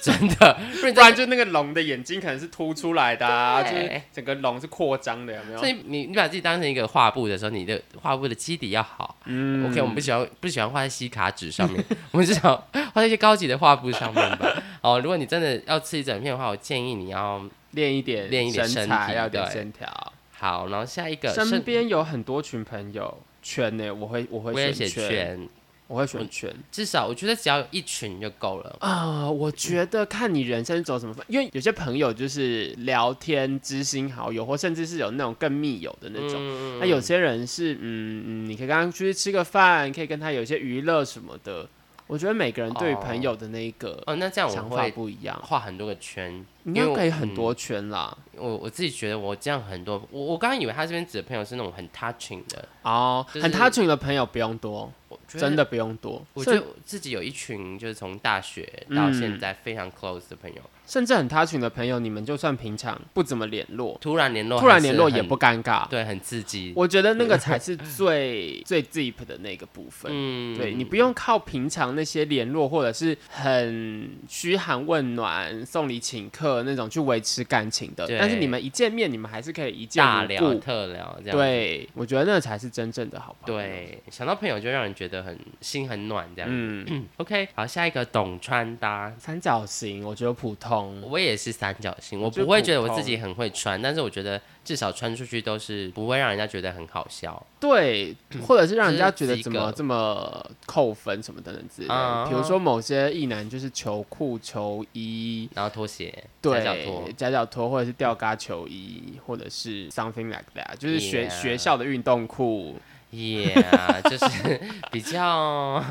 [SPEAKER 1] 真的，不然你
[SPEAKER 2] 不
[SPEAKER 1] 在
[SPEAKER 2] 然就那个龙的眼睛可能是凸出来的、啊，就
[SPEAKER 1] 对
[SPEAKER 2] 是整个龙是扩张的，有没有
[SPEAKER 1] 所？以你你把自己当成一个画布的时候，你的画布的基底要好。
[SPEAKER 2] 嗯
[SPEAKER 1] OK，我们不喜欢不喜欢画在吸卡纸上面，我们至少画在一些高级的画布上面吧。哦，如果你真的要刺一整片的话，我建议你要
[SPEAKER 2] 练一点，
[SPEAKER 1] 练一点身
[SPEAKER 2] 身
[SPEAKER 1] 体
[SPEAKER 2] 材，要有点
[SPEAKER 1] 对
[SPEAKER 2] 线条。
[SPEAKER 1] 好，然后下一个
[SPEAKER 2] 身
[SPEAKER 1] 是
[SPEAKER 2] 边有很多群朋友，圈呢、我会我
[SPEAKER 1] 我也
[SPEAKER 2] 会
[SPEAKER 1] 写
[SPEAKER 2] 选圈，
[SPEAKER 1] 全，
[SPEAKER 2] 我会选圈
[SPEAKER 1] 至少我觉得只要有一群就够了。
[SPEAKER 2] 啊、我觉得看你人生走什么方，因为有些朋友就是聊天知心好友，或甚至是有那种更密友的那种。
[SPEAKER 1] 嗯，
[SPEAKER 2] 那有些人是，嗯，嗯你可以跟他出去吃个饭，可以跟他有一些娱乐什么的。我觉得每个人对于
[SPEAKER 1] 哦
[SPEAKER 2] 朋友的那一个
[SPEAKER 1] 哦，那这样我
[SPEAKER 2] 想法
[SPEAKER 1] 会
[SPEAKER 2] 不一样，
[SPEAKER 1] 画很多个圈，
[SPEAKER 2] 你
[SPEAKER 1] 因为
[SPEAKER 2] 要
[SPEAKER 1] 我嗯
[SPEAKER 2] 可以很多圈啦。
[SPEAKER 1] 我我自己觉得我这样很多，我我刚刚以为他这边指的朋友是那种很 touching 的，
[SPEAKER 2] 哦，
[SPEAKER 1] 就是
[SPEAKER 2] 很他群的朋友不用多，
[SPEAKER 1] 我觉得
[SPEAKER 2] 真的不用多，
[SPEAKER 1] 我觉
[SPEAKER 2] 甚
[SPEAKER 1] 得我自己有一群就是从大学
[SPEAKER 2] 嗯
[SPEAKER 1] 到现在非常 close 的朋友，
[SPEAKER 2] 甚至很他群的朋友，你们就算平常不怎么联络，
[SPEAKER 1] 突然联络，
[SPEAKER 2] 突然联络也不尴尬。
[SPEAKER 1] 对，很刺激。
[SPEAKER 2] 我觉得那个才是最最 deep 的那个部分。
[SPEAKER 1] 嗯
[SPEAKER 2] 对你不用靠平常那些联络或者是很嘘寒问暖、送礼请客那种去维持感情的，
[SPEAKER 1] 对
[SPEAKER 2] 但是你们一见面，你们还是可以一见
[SPEAKER 1] 大
[SPEAKER 2] 如
[SPEAKER 1] 聊
[SPEAKER 2] 故。
[SPEAKER 1] 特聊这样。
[SPEAKER 2] 对，我觉得那才是真正的好朋友。，
[SPEAKER 1] 对，想到朋友就让人觉得很心很暖这样。
[SPEAKER 2] 嗯，
[SPEAKER 1] OK，好，下一个懂穿搭，
[SPEAKER 2] 三角形我觉得普通，通。
[SPEAKER 1] 我也是三角形，我
[SPEAKER 2] 就
[SPEAKER 1] 不会
[SPEAKER 2] 普
[SPEAKER 1] 觉得我自
[SPEAKER 2] 通
[SPEAKER 1] 己很会穿，但是我觉得至少穿出去都是不会让人家觉得很好笑。
[SPEAKER 2] 对，或者是让人家
[SPEAKER 1] 嗯
[SPEAKER 2] 觉
[SPEAKER 1] 就
[SPEAKER 2] 得
[SPEAKER 1] 是
[SPEAKER 2] 怎
[SPEAKER 1] 及格
[SPEAKER 2] 么这么扣分什么等等之类的。
[SPEAKER 1] 啊
[SPEAKER 2] 比如说某些异男就是球裤、球衣，
[SPEAKER 1] 然后拖鞋，
[SPEAKER 2] 对，
[SPEAKER 1] 夹脚拖，
[SPEAKER 2] 夹脚拖或者是吊嘎球衣，或者是 something like that，就是学
[SPEAKER 1] Yeah
[SPEAKER 2] 学校的运动裤。
[SPEAKER 1] yeah，就是 比较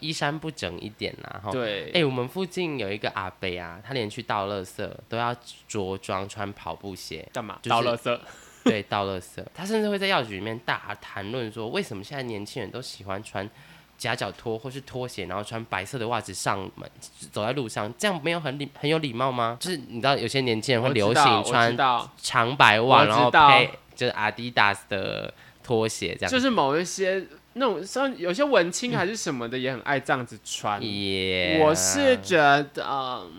[SPEAKER 1] 衣衫不整一点啦、哈。
[SPEAKER 2] 对，
[SPEAKER 1] 哎、我们附近有一个阿伯啊，他连去倒垃圾都要着装穿跑步鞋，
[SPEAKER 2] 干嘛？
[SPEAKER 1] 就是
[SPEAKER 2] 倒垃圾？
[SPEAKER 1] 对，倒垃圾。他甚至会在药局里面大谈论说，为什么现在年轻人都喜欢穿夹脚拖或是拖鞋，然后穿白色的袜子上门走在路上，这样没有很礼很有礼貌吗？就是你知道有些年轻人会
[SPEAKER 2] 我知
[SPEAKER 1] 流
[SPEAKER 2] 道
[SPEAKER 1] 行
[SPEAKER 2] 我
[SPEAKER 1] 穿
[SPEAKER 2] 知道
[SPEAKER 1] 长白
[SPEAKER 2] 我
[SPEAKER 1] 袜，
[SPEAKER 2] 知
[SPEAKER 1] 然后
[SPEAKER 2] 道
[SPEAKER 1] 配就是阿迪达斯的拖鞋这样。
[SPEAKER 2] 就是某一些那种像有些文青还是什么的，也很爱这样子穿。
[SPEAKER 1] 耶
[SPEAKER 2] 我是觉得，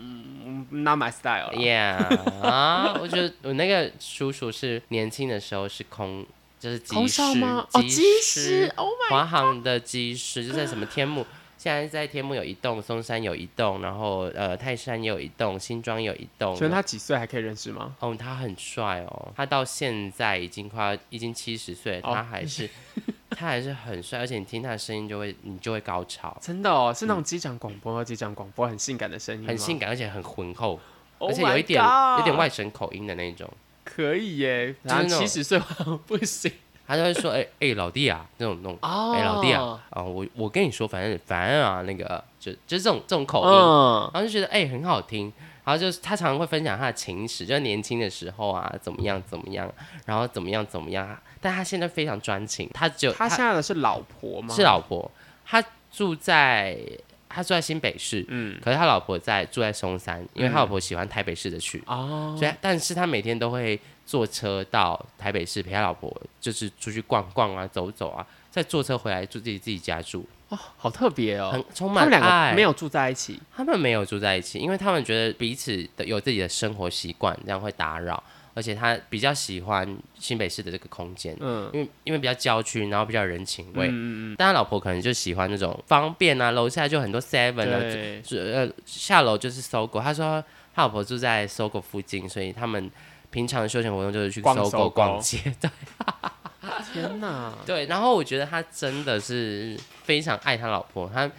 [SPEAKER 2] 嗯，not my style 啦。
[SPEAKER 1] Yeah 啊！我觉得我那个叔叔是年轻的时候是空，就是机
[SPEAKER 2] 空
[SPEAKER 1] 师
[SPEAKER 2] 少吗？哦，机师，Oh my，
[SPEAKER 1] 华航的机师就在什么天幕，现在在天幕有一栋，松山有一栋，然后呃泰山也有一栋，新庄有一栋。
[SPEAKER 2] 请问他几岁还可以认识吗？
[SPEAKER 1] 哦，他很帅哦，他到现在已经快要已经七十岁了，
[SPEAKER 2] 哦
[SPEAKER 1] 他还 是他还是很帅，而且你听他的声音就会你就会高 潮，
[SPEAKER 2] 真的哦，是那种机长广播，机长广播很性感的声音吗，
[SPEAKER 1] 很性感，而且很浑厚，
[SPEAKER 2] Oh
[SPEAKER 1] 而且有一
[SPEAKER 2] my
[SPEAKER 1] 点有点
[SPEAKER 2] God
[SPEAKER 1] 外省口音的那种。
[SPEAKER 2] 可以耶，
[SPEAKER 1] 就是
[SPEAKER 2] 然后
[SPEAKER 1] 那种
[SPEAKER 2] 七十岁不行
[SPEAKER 1] 他就会说：“哎、哎、老弟啊，那种那种，哎、
[SPEAKER 2] 哦
[SPEAKER 1] 老弟啊，啊、我我跟你说，反正反正啊，那个就就这种这种口音，
[SPEAKER 2] 嗯，
[SPEAKER 1] 然后就觉得哎、很好听，然后就是他常常会分享他的情史，就是年轻的时候啊怎么样怎么样，然后怎么样怎么样，但他现在非常专情，他只有
[SPEAKER 2] 他现在的是老婆吗？
[SPEAKER 1] 是老婆，他住在他住在新北市，
[SPEAKER 2] 嗯
[SPEAKER 1] 可是他老婆在住在松山，因为他老婆喜欢台北市的区，
[SPEAKER 2] 哦，
[SPEAKER 1] 所以但是他每天都会坐车到台北市陪他老婆，就是出去逛逛啊走走啊，再坐车回来住自己自己家住，
[SPEAKER 2] 好特别哦
[SPEAKER 1] 很，充
[SPEAKER 2] 他
[SPEAKER 1] 满
[SPEAKER 2] 们两
[SPEAKER 1] 爱
[SPEAKER 2] 个没。有住在一起，
[SPEAKER 1] 他们没有住在一起，因为他们觉得彼此的有自己的生活习惯，这样会打扰。而且他比较喜欢新北市的这个空间，
[SPEAKER 2] 嗯
[SPEAKER 1] 因为因为比较郊区，然后比较有人情味。
[SPEAKER 2] 嗯嗯
[SPEAKER 1] 但他老婆可能就喜欢那种方便啊，楼下就很多 Seven 啊，就
[SPEAKER 2] 对，
[SPEAKER 1] 就呃下楼就是搜狗。他说他老婆住在搜狗附近，所以他们平常的休闲活动就是去
[SPEAKER 2] 逛
[SPEAKER 1] 搜
[SPEAKER 2] 搜狗
[SPEAKER 1] 狗逛 街。对
[SPEAKER 2] 天哪，
[SPEAKER 1] 对，然后我觉得他真的是非常爱他老婆，他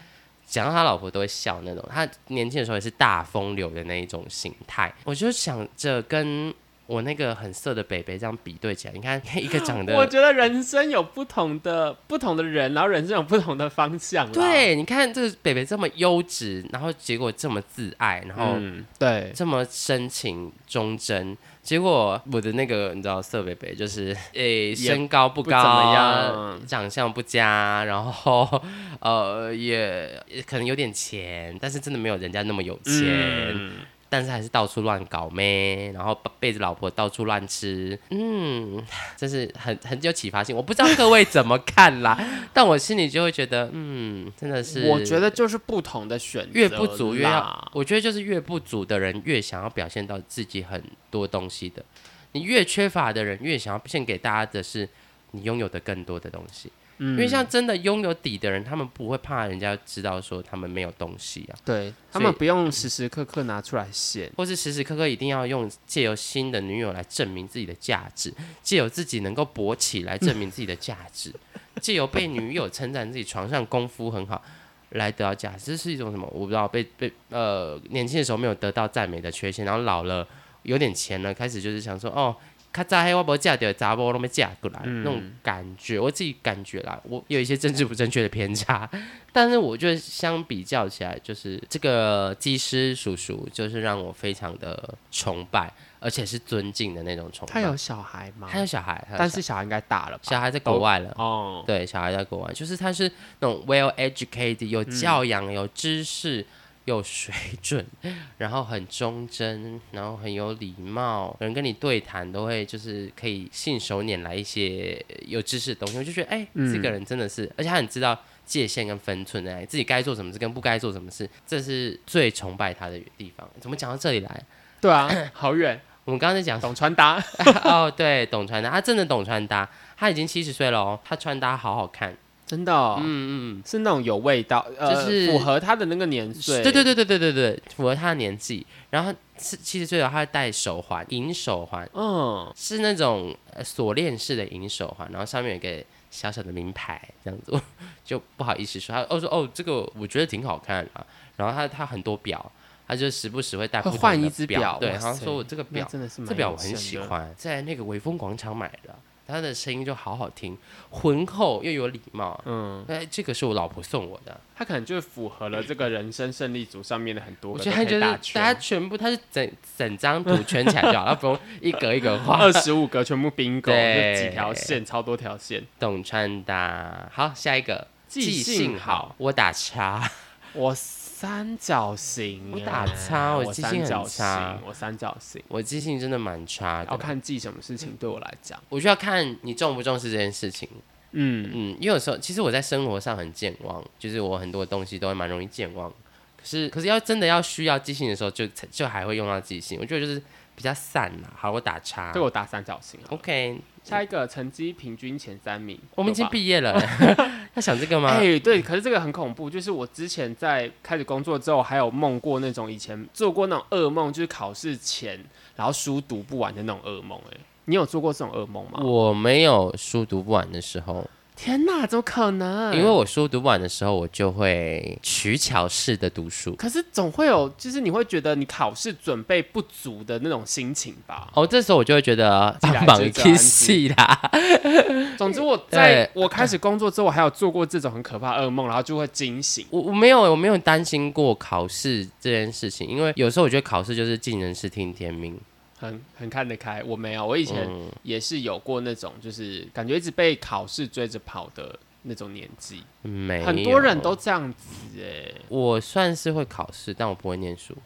[SPEAKER 1] 讲到他老婆都会笑那种。他年轻的时候也是大风流的那一种形态，我就想着跟我那个很色的北北这样比对起来，你 看一个长
[SPEAKER 2] 我
[SPEAKER 1] 得。
[SPEAKER 2] 觉得人生有不同的不同的人，然后人生有不同的方向啦，
[SPEAKER 1] 对，你看这个北北这么优质，然后结果这么自爱，然后
[SPEAKER 2] 嗯，对，
[SPEAKER 1] 这么深情忠贞，结果我的那个你知道色北北就是诶、身高不
[SPEAKER 2] 不
[SPEAKER 1] 高，
[SPEAKER 2] 怎么样，
[SPEAKER 1] 长相不佳，然后呃也也可能有点钱，但是真的没有人家那么有钱，
[SPEAKER 2] 嗯
[SPEAKER 1] 但是还是到处乱搞妹，然后被背着老婆到处乱吃，嗯，真是很很有启发性。我不知道各位怎么看啦， 但我心里就会觉得，嗯，真的是，
[SPEAKER 2] 我觉得就是不同的选择啦，
[SPEAKER 1] 越不足越要，我觉得就是越不足的人越想要表现到自己很多东西的，你越缺乏的人越想要献给大家的是你拥有的更多的东西，
[SPEAKER 2] 嗯，
[SPEAKER 1] 因为像真的拥有底的人，他们不会怕人家知道说他们没有东西啊，
[SPEAKER 2] 对他
[SPEAKER 1] 所以嗯
[SPEAKER 2] 们不用时时刻刻拿出来显，
[SPEAKER 1] 或是时时刻刻一定要用借由新的女友来证明自己的价值，借由自己能够勃起来证明自己的价 值，借由被女友称赞自己床上功夫很好来得到价值，这是一种什么？我不知道，被被呃年轻的时候没有得到赞美的缺陷，然后老了有点钱了，开始就是想说哦。他扎黑我不嫁掉，砸波都没嫁过来，
[SPEAKER 2] 嗯
[SPEAKER 1] 那种感觉，我自己感觉啦，我有一些政治不正确的偏差， 但是我觉得相比较起来，就是这个技师叔叔，就是让我非常的崇拜，而且是尊敬的那种崇拜。
[SPEAKER 2] 他有小孩吗？
[SPEAKER 1] 他有小孩，他有
[SPEAKER 2] 啊但
[SPEAKER 1] 小
[SPEAKER 2] 是小孩应该大了吧？
[SPEAKER 1] 小孩在国外了。
[SPEAKER 2] 哦，
[SPEAKER 1] 对，小孩在国外，就是他是那种 well educated，有
[SPEAKER 2] 嗯
[SPEAKER 1] 教养、有知识、有水准，然后很忠贞，然后很有礼貌，人跟你对谈都会就是可以信手拈来一些呃有知识的东西，我就觉得哎、
[SPEAKER 2] 嗯
[SPEAKER 1] 这个人真的是，而且他很知道界限跟分寸哎，自己该做什么事跟不该做什么事，这是最崇拜他的地方。怎么讲到这里来？
[SPEAKER 2] 对啊，好远，
[SPEAKER 1] 我们刚刚在讲
[SPEAKER 2] 懂穿搭，
[SPEAKER 1] 哦，对，懂穿搭，他真的懂穿搭，他已经七十岁了哦，他穿搭好好看，
[SPEAKER 2] 真的哦，
[SPEAKER 1] 嗯嗯。
[SPEAKER 2] 是那种有味道，呃，
[SPEAKER 1] 就是
[SPEAKER 2] 符合他的那个年岁，
[SPEAKER 1] 对对对对对对对，符合他的年纪。然后是七十岁的话，他会戴手环，银手环
[SPEAKER 2] 嗯，
[SPEAKER 1] 是那种呃锁链式的银手环，然后上面有一个小小的名牌，这样子 我就不好意思说。他哦说哦，这个我觉得挺好看的啊、然后他他很多表，他就时不时会戴
[SPEAKER 2] 会
[SPEAKER 1] 不同
[SPEAKER 2] 换
[SPEAKER 1] 的
[SPEAKER 2] 一只
[SPEAKER 1] 表
[SPEAKER 2] 表，
[SPEAKER 1] 对，
[SPEAKER 2] 哇
[SPEAKER 1] 然后说
[SPEAKER 2] 塞
[SPEAKER 1] 我这个
[SPEAKER 2] 那
[SPEAKER 1] 表
[SPEAKER 2] 真的是蛮
[SPEAKER 1] 这表我
[SPEAKER 2] 有
[SPEAKER 1] 很
[SPEAKER 2] 钱
[SPEAKER 1] 喜
[SPEAKER 2] 的，
[SPEAKER 1] 欢，在那个微风广场买的，他的声音就好好听，浑厚又有礼貌。
[SPEAKER 2] 嗯，
[SPEAKER 1] 哎，这个是我老婆送我的，
[SPEAKER 2] 他可能就符合了这个人生胜利组上面的很多
[SPEAKER 1] 我
[SPEAKER 2] 个
[SPEAKER 1] 觉
[SPEAKER 2] 都
[SPEAKER 1] 得他
[SPEAKER 2] 可以
[SPEAKER 1] 就是
[SPEAKER 2] 打
[SPEAKER 1] 大
[SPEAKER 2] 圈，
[SPEAKER 1] 家全部，他是整整张图圈起来就好，他不用一格一格画。
[SPEAKER 2] 二十五个全部 bingo，
[SPEAKER 1] 对
[SPEAKER 2] 就几条线，超多条线。
[SPEAKER 1] 懂穿搭，好，下一个
[SPEAKER 2] 记性好，
[SPEAKER 1] 我打叉，
[SPEAKER 2] 我三角形
[SPEAKER 1] 我
[SPEAKER 2] 耶，
[SPEAKER 1] 打叉我
[SPEAKER 2] 我
[SPEAKER 1] 记性
[SPEAKER 2] 三
[SPEAKER 1] 很
[SPEAKER 2] 角
[SPEAKER 1] 差
[SPEAKER 2] 形，我三角形。
[SPEAKER 1] 我记性真的蛮差
[SPEAKER 2] 要
[SPEAKER 1] 的。
[SPEAKER 2] 看记什么事情对我来讲，
[SPEAKER 1] 我就要看你重不重视这件事情。
[SPEAKER 2] 嗯，
[SPEAKER 1] 嗯，因为有时候其实我在生活上很健忘，就是我很多东西都会蛮容易健忘。可是可是要真的要需要记性的时候就，就还会用到记性。我觉得就是比较散啦。好，我打叉
[SPEAKER 2] 对。我打三角形好了。
[SPEAKER 1] OK，
[SPEAKER 2] 下一个成绩平均前三名，
[SPEAKER 1] 我们已经
[SPEAKER 2] 有吧
[SPEAKER 1] 毕业 了，要想这个吗？
[SPEAKER 2] 哎、对，可是这个很恐怖，就是我之前在开始工作之后，还有梦过那种以前做过那种噩梦，就是考试前然后书读不完的那种噩梦。哎，你有做过这种噩梦吗？
[SPEAKER 1] 我没有书读不完的时候，
[SPEAKER 2] 天哪，怎么可能？
[SPEAKER 1] 因为我书读不完的时候，我就会取巧式的读书。
[SPEAKER 2] 可是总会有，就是你会觉得你考试准备不足的那种心情吧。
[SPEAKER 1] 哦，这时候我就会觉 得
[SPEAKER 2] 既来
[SPEAKER 1] 棒棒
[SPEAKER 2] 之则
[SPEAKER 1] 去
[SPEAKER 2] 安之
[SPEAKER 1] 戏啦。
[SPEAKER 2] 总之，我在我开始工作之后，我还有做过这种很可怕的噩梦，然后就会惊醒。
[SPEAKER 1] 我我没有我没有担心过考试这件事情，因为有时候我觉得考试就是尽人事听天命。
[SPEAKER 2] 很很看得开，我没有，我以前
[SPEAKER 1] 嗯，
[SPEAKER 2] 也是有过那种，就是感觉一直被考试追着跑的那种年纪。
[SPEAKER 1] 嗯没有欸
[SPEAKER 2] 很多人都这样子哎、
[SPEAKER 1] 我算是会考试，但我不会念 书。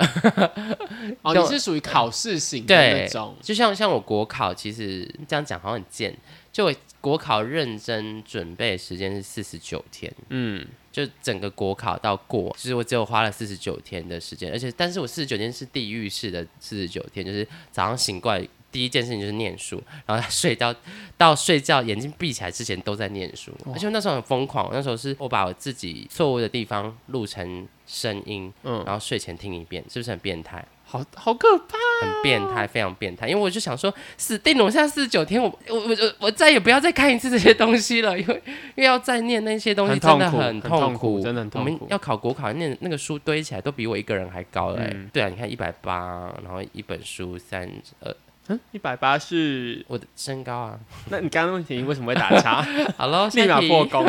[SPEAKER 2] 哦，
[SPEAKER 1] 就
[SPEAKER 2] 你是属于考试型的
[SPEAKER 1] 对
[SPEAKER 2] 那种，
[SPEAKER 1] 就像像我国考，其实这样讲好像很贱，就我国考认真准备的时间是四十九天。
[SPEAKER 2] 嗯，
[SPEAKER 1] 就整个国考到过，其实我只有花了四十九天的时间，而且但是我四十九天是地狱式的四十九天，就是早上醒过来第一件事情就是念书，然后睡到 到睡觉眼睛闭起来之前都在念书，而且我那时候很疯狂，那时候是我把我自己错误的地方录成声音，嗯
[SPEAKER 2] 嗯，
[SPEAKER 1] 然后睡前听一遍，是不是很变态？
[SPEAKER 2] 好好可怕。
[SPEAKER 1] 很变态，非常变态，因为我就想说，死定了！我现在四十九天，我我我我我再也不要再看一次这些东西了，因为因为要再念那些东西
[SPEAKER 2] 很
[SPEAKER 1] 真
[SPEAKER 2] 痛苦
[SPEAKER 1] 的很
[SPEAKER 2] 很痛
[SPEAKER 1] 苦，
[SPEAKER 2] 苦真的很痛
[SPEAKER 1] 我们
[SPEAKER 2] 苦
[SPEAKER 1] 要考国考，那那个书堆起来都比我一个人还高嘞、
[SPEAKER 2] 嗯
[SPEAKER 1] 对啊，你看一百八，然后一本书三呃，
[SPEAKER 2] 一百八是，
[SPEAKER 1] 我的身高啊。
[SPEAKER 2] 那你刚刚问题为什么会 打叉？
[SPEAKER 1] 好喽，下
[SPEAKER 2] 立
[SPEAKER 1] 一
[SPEAKER 2] 马
[SPEAKER 1] 题
[SPEAKER 2] 破。功。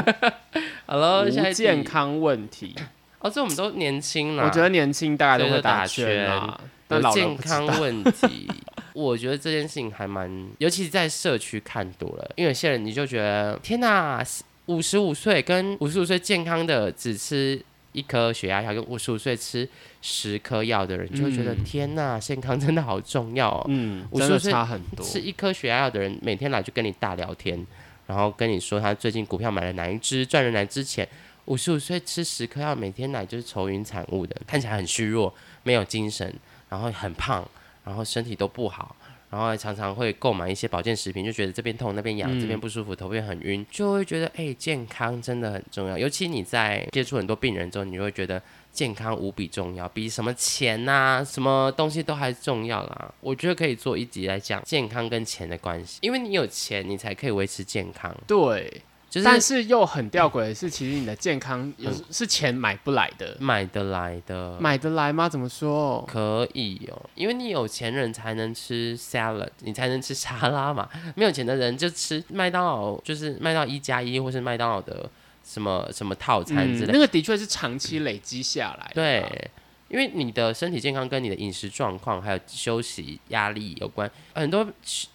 [SPEAKER 1] 好喽，下
[SPEAKER 2] 无
[SPEAKER 1] 一
[SPEAKER 2] 健
[SPEAKER 1] 题。
[SPEAKER 2] 康问题，
[SPEAKER 1] 哦，这我们都年轻了。
[SPEAKER 2] 我觉得年轻大概都
[SPEAKER 1] 对
[SPEAKER 2] 会
[SPEAKER 1] 都打
[SPEAKER 2] 打圈啊，但
[SPEAKER 1] 有
[SPEAKER 2] 老
[SPEAKER 1] 健
[SPEAKER 2] 人不知
[SPEAKER 1] 康
[SPEAKER 2] 道。
[SPEAKER 1] 问题，我觉得这件事情还蛮，尤其在社区看多了，因为有些人你就觉得天哪，五十五岁跟五十五岁健康的只吃一颗血压药，跟五十五岁吃十颗药的人，就会觉得、
[SPEAKER 2] 嗯
[SPEAKER 1] 天哪，健康真的好重要哦。
[SPEAKER 2] 嗯，
[SPEAKER 1] 我
[SPEAKER 2] 真
[SPEAKER 1] 说
[SPEAKER 2] 的
[SPEAKER 1] 是
[SPEAKER 2] 差很多。
[SPEAKER 1] 吃一颗血压药的人，每天来就跟你大聊天，然后跟你说他最近股票买了哪一只，赚了哪只钱。五十五岁吃十颗药，每天来就是愁云惨雾的，看起来很虚弱，没有精神，然后很胖，然后身体都不好，然后还常常会购买一些保健食品，就觉得这边痛那边痒，
[SPEAKER 2] 嗯
[SPEAKER 1] 这边不舒服，头边很晕，就会觉得哎、健康真的很重要。尤其你在接触很多病人之后，你就会觉得健康无比重要，比什么钱呐、什么东西都还重要啦。我觉得可以做一集来讲健康跟钱的关系，因为你有钱，你才可以维持健康。
[SPEAKER 2] 对，
[SPEAKER 1] 就是嗯
[SPEAKER 2] 但是又很吊诡的是，其实你的健康有是钱买不来的，
[SPEAKER 1] 买得来的，
[SPEAKER 2] 买得来吗？怎么说？
[SPEAKER 1] 可以哦，因为你有钱人才能吃 salad，你才能吃 沙拉嘛。没有钱的人就吃麦当劳，就是麦当劳一加一，或是麦当劳的什么什么套餐之
[SPEAKER 2] 嗯，
[SPEAKER 1] 类的。
[SPEAKER 2] 那个的确是长期累积下来的。啊
[SPEAKER 1] 对，因为你的身体健康跟你的饮食状况还有休息压力有关。很多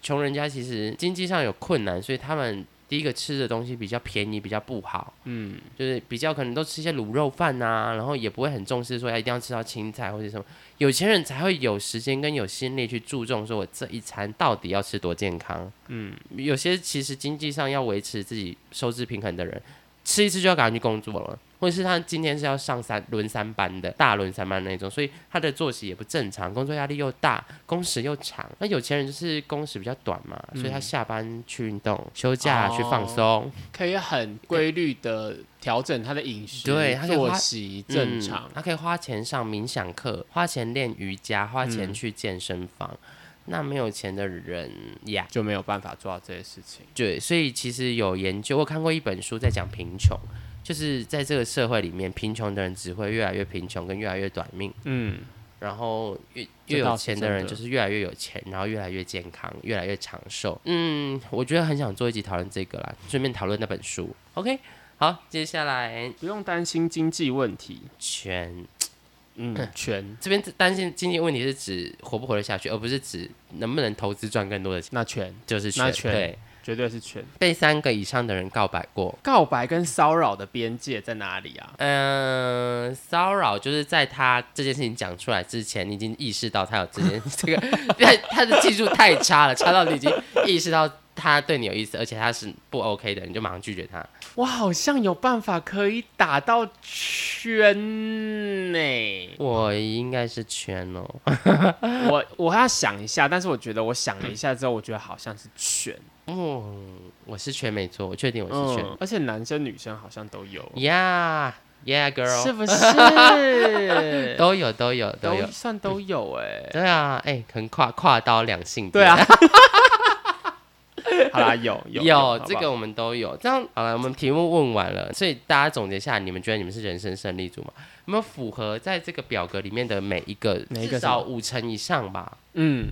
[SPEAKER 1] 穷人家其实经济上有困难，所以他们第一个吃的东西比较便宜，比较不好。
[SPEAKER 2] 嗯，
[SPEAKER 1] 就是比较可能都吃一些卤肉饭呐、然后也不会很重视说要一定要吃到青菜或者什么。有钱人才会有时间跟有心力去注重说我这一餐到底要吃多健康。嗯，有些其实经济上要维持自己收支平衡的人，吃一次就要赶快去工作了，或者是他今天是要上三轮三班的大轮三班那种，所以他的作息也不正常，工作压力又大，工时又长。那有钱人就是工时比较短嘛，所以他下班去运动，休假去放松。
[SPEAKER 2] 可以很规律的调整他的饮食、
[SPEAKER 1] 对他可以花
[SPEAKER 2] 作息正常
[SPEAKER 1] 嗯，他可以花钱上冥想课，花钱练瑜伽，花钱去健身房。那没有钱的人呀
[SPEAKER 2] 就没有办法做到这些事情。
[SPEAKER 1] 对，所以其实有研究，我看过一本书在讲贫穷，就是在这个社会里面，贫穷的人只会越来越贫穷，跟越来越短命。
[SPEAKER 2] 嗯，
[SPEAKER 1] 然后越
[SPEAKER 2] 这
[SPEAKER 1] 越有
[SPEAKER 2] 倒是
[SPEAKER 1] 钱的
[SPEAKER 2] 真
[SPEAKER 1] 人
[SPEAKER 2] 的
[SPEAKER 1] 就是越来越有钱，然后越来越健康，越来越长寿。嗯，我觉得很想做一集讨论这个啦，顺便讨论那本书。OK，好，接下来
[SPEAKER 2] 不用担心经济问题。
[SPEAKER 1] 全
[SPEAKER 2] 嗯，全
[SPEAKER 1] 这边担心经济问题是指活不活得下去，而不是指能不能投资赚更多的钱，
[SPEAKER 2] 那全
[SPEAKER 1] 就是
[SPEAKER 2] 那
[SPEAKER 1] 选
[SPEAKER 2] 全
[SPEAKER 1] 对
[SPEAKER 2] 绝对是全。
[SPEAKER 1] 被三个以上的人告白过。
[SPEAKER 2] 告白跟骚扰的边界在哪里啊？
[SPEAKER 1] 嗯、骚扰就是在他这件事情讲出来之前，你已经意识到他有这 件这个，他他的技术太差了，差到你已经意识到他对你有意思，而且他是不 OK 的，你就马上拒绝他。
[SPEAKER 2] 我好像有办法可以打到圈呢、
[SPEAKER 1] 我应该是圈哦，
[SPEAKER 2] 我我要想一下，但是我觉得我想了一下之后，我觉得好像是圈，
[SPEAKER 1] 嗯，我是圈没错，我确定我是圈。
[SPEAKER 2] 嗯，而且男生女生好像都有，
[SPEAKER 1] Yeah, yeah,
[SPEAKER 2] 是
[SPEAKER 1] girl，
[SPEAKER 2] 不是？
[SPEAKER 1] 都有都有都有
[SPEAKER 2] 都。算都有哎、
[SPEAKER 1] 对啊，哎、很跨跨刀两性别。
[SPEAKER 2] 对啊，好啦，有 有好不好
[SPEAKER 1] 这个我们都有。这样好了，我们题目问完了，所以大家总结下来，你们觉得你们是人生胜利组吗？有没有符合在这个表格里面的每一个，
[SPEAKER 2] 每一个
[SPEAKER 1] 至
[SPEAKER 2] 什
[SPEAKER 1] 少
[SPEAKER 2] 么
[SPEAKER 1] 五成以上吧？
[SPEAKER 2] 嗯，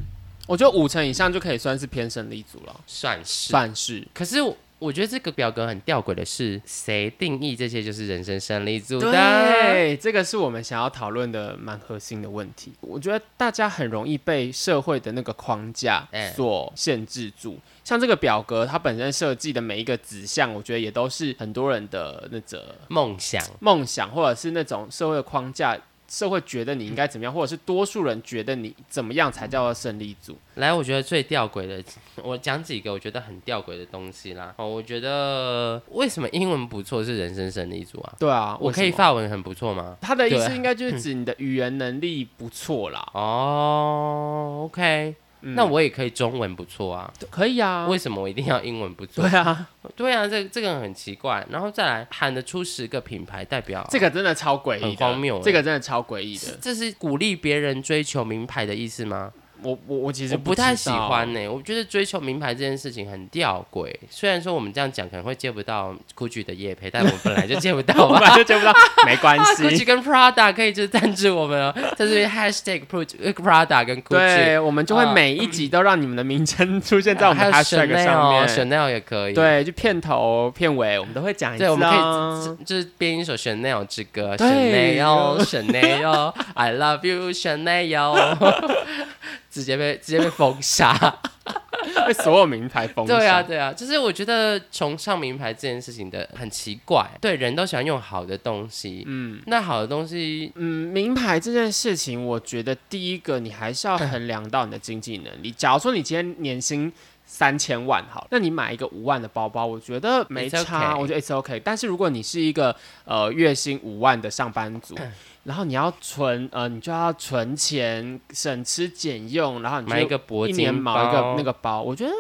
[SPEAKER 2] 我觉得五成以上就可以算是偏胜利组了，
[SPEAKER 1] 算是。
[SPEAKER 2] 算是。
[SPEAKER 1] 可是我我觉得这个表格很吊诡的是，谁定义这些就是人生胜利组的？
[SPEAKER 2] 对，这个是我们想要讨论的蛮核心的问题。我觉得大家很容易被社会的那个框架
[SPEAKER 1] 哎
[SPEAKER 2] 所限制住。像这个表格，它本身设计的每一个子项，我觉得也都是很多人的那种
[SPEAKER 1] 梦想，
[SPEAKER 2] 梦想，或者是那种社会的框架，社会觉得你应该怎么样，或者是多数人觉得你怎么样才叫做胜利组。
[SPEAKER 1] 来，我觉得最吊诡的，我讲几个我觉得很吊诡的东西啦。哦，我觉得为什么英文不错是人生胜利组啊？
[SPEAKER 2] 对啊，
[SPEAKER 1] 我可以
[SPEAKER 2] 放。
[SPEAKER 1] 发文很不错吗？
[SPEAKER 2] 他的意思
[SPEAKER 1] 对啊
[SPEAKER 2] 应该就是指你的语言能力不错啦。
[SPEAKER 1] 哦，OK，、
[SPEAKER 2] 嗯
[SPEAKER 1] 那我也可以中文不错啊，
[SPEAKER 2] 可以啊，
[SPEAKER 1] 为什么我一定要英文不错
[SPEAKER 2] 对？啊，
[SPEAKER 1] 对啊，这这个很奇怪。然后再来喊得出十个品牌代表，
[SPEAKER 2] 这个真的超诡异
[SPEAKER 1] 很
[SPEAKER 2] 的，
[SPEAKER 1] 荒谬欸
[SPEAKER 2] 这个真的超诡异
[SPEAKER 1] 是
[SPEAKER 2] 的。
[SPEAKER 1] 这是鼓励别人追求名牌的意思吗？
[SPEAKER 2] 我我我其实
[SPEAKER 1] 我不太
[SPEAKER 2] 知
[SPEAKER 1] 喜
[SPEAKER 2] 道
[SPEAKER 1] 欢呢、我觉得追求名牌这件事情很吊诡。虽然说我们这样讲可能会接不到 GUCCI 的业配，但我们本来就接不到
[SPEAKER 2] 我本
[SPEAKER 1] 嘛。
[SPEAKER 2] 来就接不到，没 关
[SPEAKER 1] 啊
[SPEAKER 2] 系。
[SPEAKER 1] ，GUCCI 跟 Prada 可以就赞助我们哦，在这边 hashtag Prada 跟 GUCCI。
[SPEAKER 2] 对，我们就会每一集都让你们的名称出现在我们
[SPEAKER 1] 啊还有
[SPEAKER 2] hashtag 上
[SPEAKER 1] Chanel，Chanel
[SPEAKER 2] 面。
[SPEAKER 1] 也可以。
[SPEAKER 2] 对，啊就片头片尾我们都会讲一次
[SPEAKER 1] 对，我们
[SPEAKER 2] 啊
[SPEAKER 1] 可以就是编一首 Chanel 之歌
[SPEAKER 2] 对
[SPEAKER 1] ，Chanel Chanel I love you Chanel，直 接被直接被封杀。
[SPEAKER 2] 被所有名牌 封杀。
[SPEAKER 1] 对啊，，对啊，就是我觉得崇尚名牌这件事情的很奇怪，对人都喜欢用好的东西，嗯，那好的东西
[SPEAKER 2] 嗯，名牌这件事情，我觉得第一个你还是
[SPEAKER 1] 嗯
[SPEAKER 2] 要衡量到你的经济能力。假如说你今天年薪三千万好，那你买一个五万的包包，我觉得没
[SPEAKER 1] It's
[SPEAKER 2] 差
[SPEAKER 1] okay
[SPEAKER 2] 我觉得 it's OK。但是如果你是一个呃月薪五万的上班族，
[SPEAKER 1] 嗯
[SPEAKER 2] 然后你要存呃，你就要存钱，省吃俭用，然后你就
[SPEAKER 1] 买一个铂
[SPEAKER 2] 一年
[SPEAKER 1] 金
[SPEAKER 2] 买一个
[SPEAKER 1] 包
[SPEAKER 2] 那个包，我觉得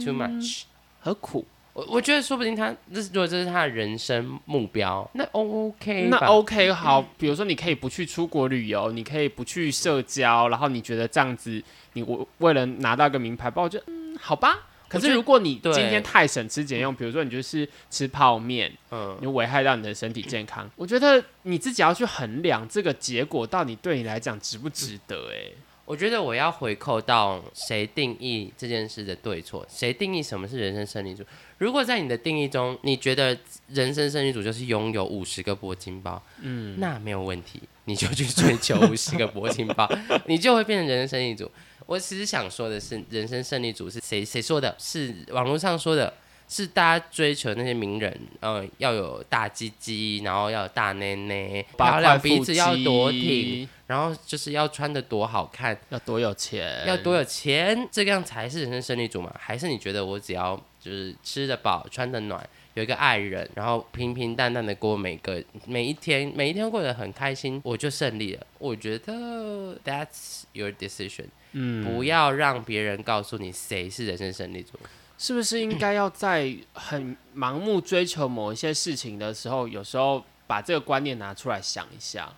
[SPEAKER 1] too much。
[SPEAKER 2] 何苦？
[SPEAKER 1] 我我觉得说不定他，这是如果这是他的人生目标，那 OK
[SPEAKER 2] 那
[SPEAKER 1] 吧
[SPEAKER 2] OK 好，
[SPEAKER 1] 嗯
[SPEAKER 2] 比如说你可以不去出国旅游，你可以不去社交，然后你觉得这样子，你我为了拿到一个名牌包，我觉得嗯好吧。可
[SPEAKER 1] 我觉
[SPEAKER 2] 是
[SPEAKER 1] 得
[SPEAKER 2] 如果你
[SPEAKER 1] 对
[SPEAKER 2] 今天太省吃俭用，比如说你就是吃泡面，
[SPEAKER 1] 嗯，
[SPEAKER 2] 你危害到你的身体健康，我觉得你自己要去衡量这个结果到底对你来讲值不值得、欸。
[SPEAKER 1] 我觉得我要回扣到谁定义这件事的对错，谁定义什么是人生胜利组？如果在你的定义中，你觉得人生胜利组就是拥有五十个铂金包，嗯，那没有问题，你就去追求五十个铂金包， 你就会变成人生胜利组。我其实想说的是，人生胜利组是谁谁说的？是网络上说的。是大家追求那些名人，呃，要有大鸡鸡，然后要有大奶奶，漂
[SPEAKER 2] 八
[SPEAKER 1] 亮
[SPEAKER 2] 块
[SPEAKER 1] 鼻
[SPEAKER 2] 腹
[SPEAKER 1] 子
[SPEAKER 2] 肌
[SPEAKER 1] 要多挺，，然后就是要穿的多好看，
[SPEAKER 2] 要多有钱，
[SPEAKER 1] 要多有钱，这样才是人生胜利组嘛？还是你觉得我只要就是吃得饱、穿得暖，有一个爱人，然后平平淡淡的过每个每一天，每一天过得很开心，我就胜利了。我觉得 that's your decision，、
[SPEAKER 2] 嗯，
[SPEAKER 1] 不要让别人告诉你谁是人生胜利组。
[SPEAKER 2] 是不是应该要在很盲目追求某一些事情的时候，有时候把这个观念拿出来想一下？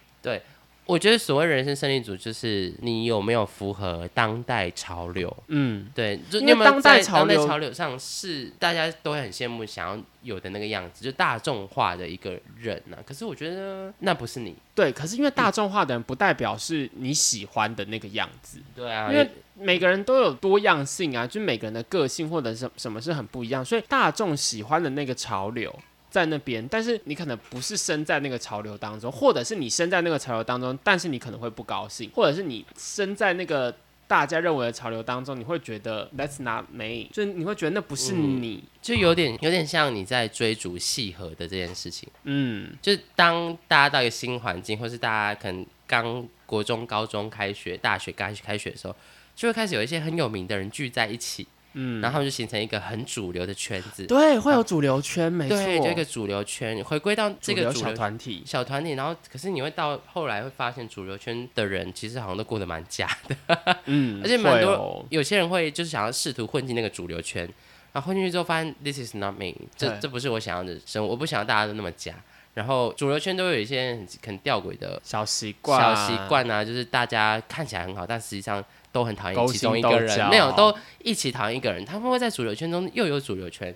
[SPEAKER 1] 我觉得所谓人生胜利组，就是你有没有符合当代潮流。
[SPEAKER 2] 嗯，
[SPEAKER 1] 对，就
[SPEAKER 2] 因
[SPEAKER 1] 你有
[SPEAKER 2] 为
[SPEAKER 1] 没有
[SPEAKER 2] 当代
[SPEAKER 1] 在
[SPEAKER 2] 潮
[SPEAKER 1] 当代
[SPEAKER 2] 流
[SPEAKER 1] 潮流上是大家都会很羡慕，想要有的那个样子，就大众化的一个人呐、可是我觉得那不是你，
[SPEAKER 2] 对。可是因为大众化的人，不代表是你喜欢的那个样子。
[SPEAKER 1] 对啊，
[SPEAKER 2] 因为每个人都有多样性啊，就是每个人的个性或者什什么是很不一样，所以大众喜欢的那个潮流在那边，但是你可能不是身在那个潮流当中，或者是你身在那个潮流当中，但是你可能会不高兴，或者是你身在那个大家认为的潮流当中，你会觉得 that's not me，就是你会觉得那不是你，
[SPEAKER 1] 就有点有点像你在追逐契合的这件事情。
[SPEAKER 2] 嗯
[SPEAKER 1] 就是当大家到一个新环境，或是大家可能刚国中、高中开学、大学开开学的时候，就会开始有一些很有名的人聚在一起，
[SPEAKER 2] 嗯，
[SPEAKER 1] 然后他们就形成一个很主流的圈子，
[SPEAKER 2] 对，会有主流圈，没错，
[SPEAKER 1] 对，就一个主流圈，回归到这
[SPEAKER 2] 主
[SPEAKER 1] 个
[SPEAKER 2] 流
[SPEAKER 1] 主
[SPEAKER 2] 小
[SPEAKER 1] 流
[SPEAKER 2] 团体，
[SPEAKER 1] 小团体，然后可是你会到后来会发现，主流圈的人其实好像都过得蛮假的，
[SPEAKER 2] 嗯，
[SPEAKER 1] 而且蛮多
[SPEAKER 2] 会哦
[SPEAKER 1] 有些人会就是想要试图混进那个主流圈，然后混进去之后发现 this is not me，这
[SPEAKER 2] 对
[SPEAKER 1] 这不是我想要的生活，我不想要大家都那么假。然后主流圈都会有一些很很吊诡的
[SPEAKER 2] 小习惯，
[SPEAKER 1] 小习，惯啊，就是大家看起来很好，但实际上都很讨厌
[SPEAKER 2] 勾
[SPEAKER 1] 其
[SPEAKER 2] 心
[SPEAKER 1] 中一个
[SPEAKER 2] 斗
[SPEAKER 1] 人，
[SPEAKER 2] 角
[SPEAKER 1] 没有都一起讨厌一个人，他们会在主流圈中又有主流圈。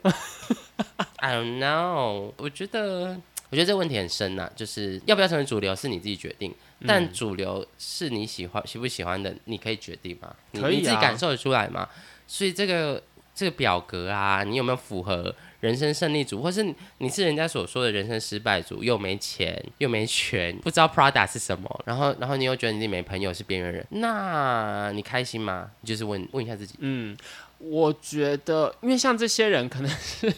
[SPEAKER 1] I don't know，我觉得我觉得这个问题很深呐、就是要不要成为主流是你自己决定，
[SPEAKER 2] 嗯
[SPEAKER 1] 但主流是你喜欢喜不喜欢的，你可以决定吗？你
[SPEAKER 2] 可以啊
[SPEAKER 1] 你自己感受得出来吗？所以这个这个表格啊，你有没有符合人生胜利组，或是你是人家所说的人生失败组，又没钱又没权，不知道 Prada 是什么，然后然后你又觉得你自己没朋友是边缘人，那你开心吗？你就是问问一下自己，
[SPEAKER 2] 嗯，我觉得，因为像这些人，可能是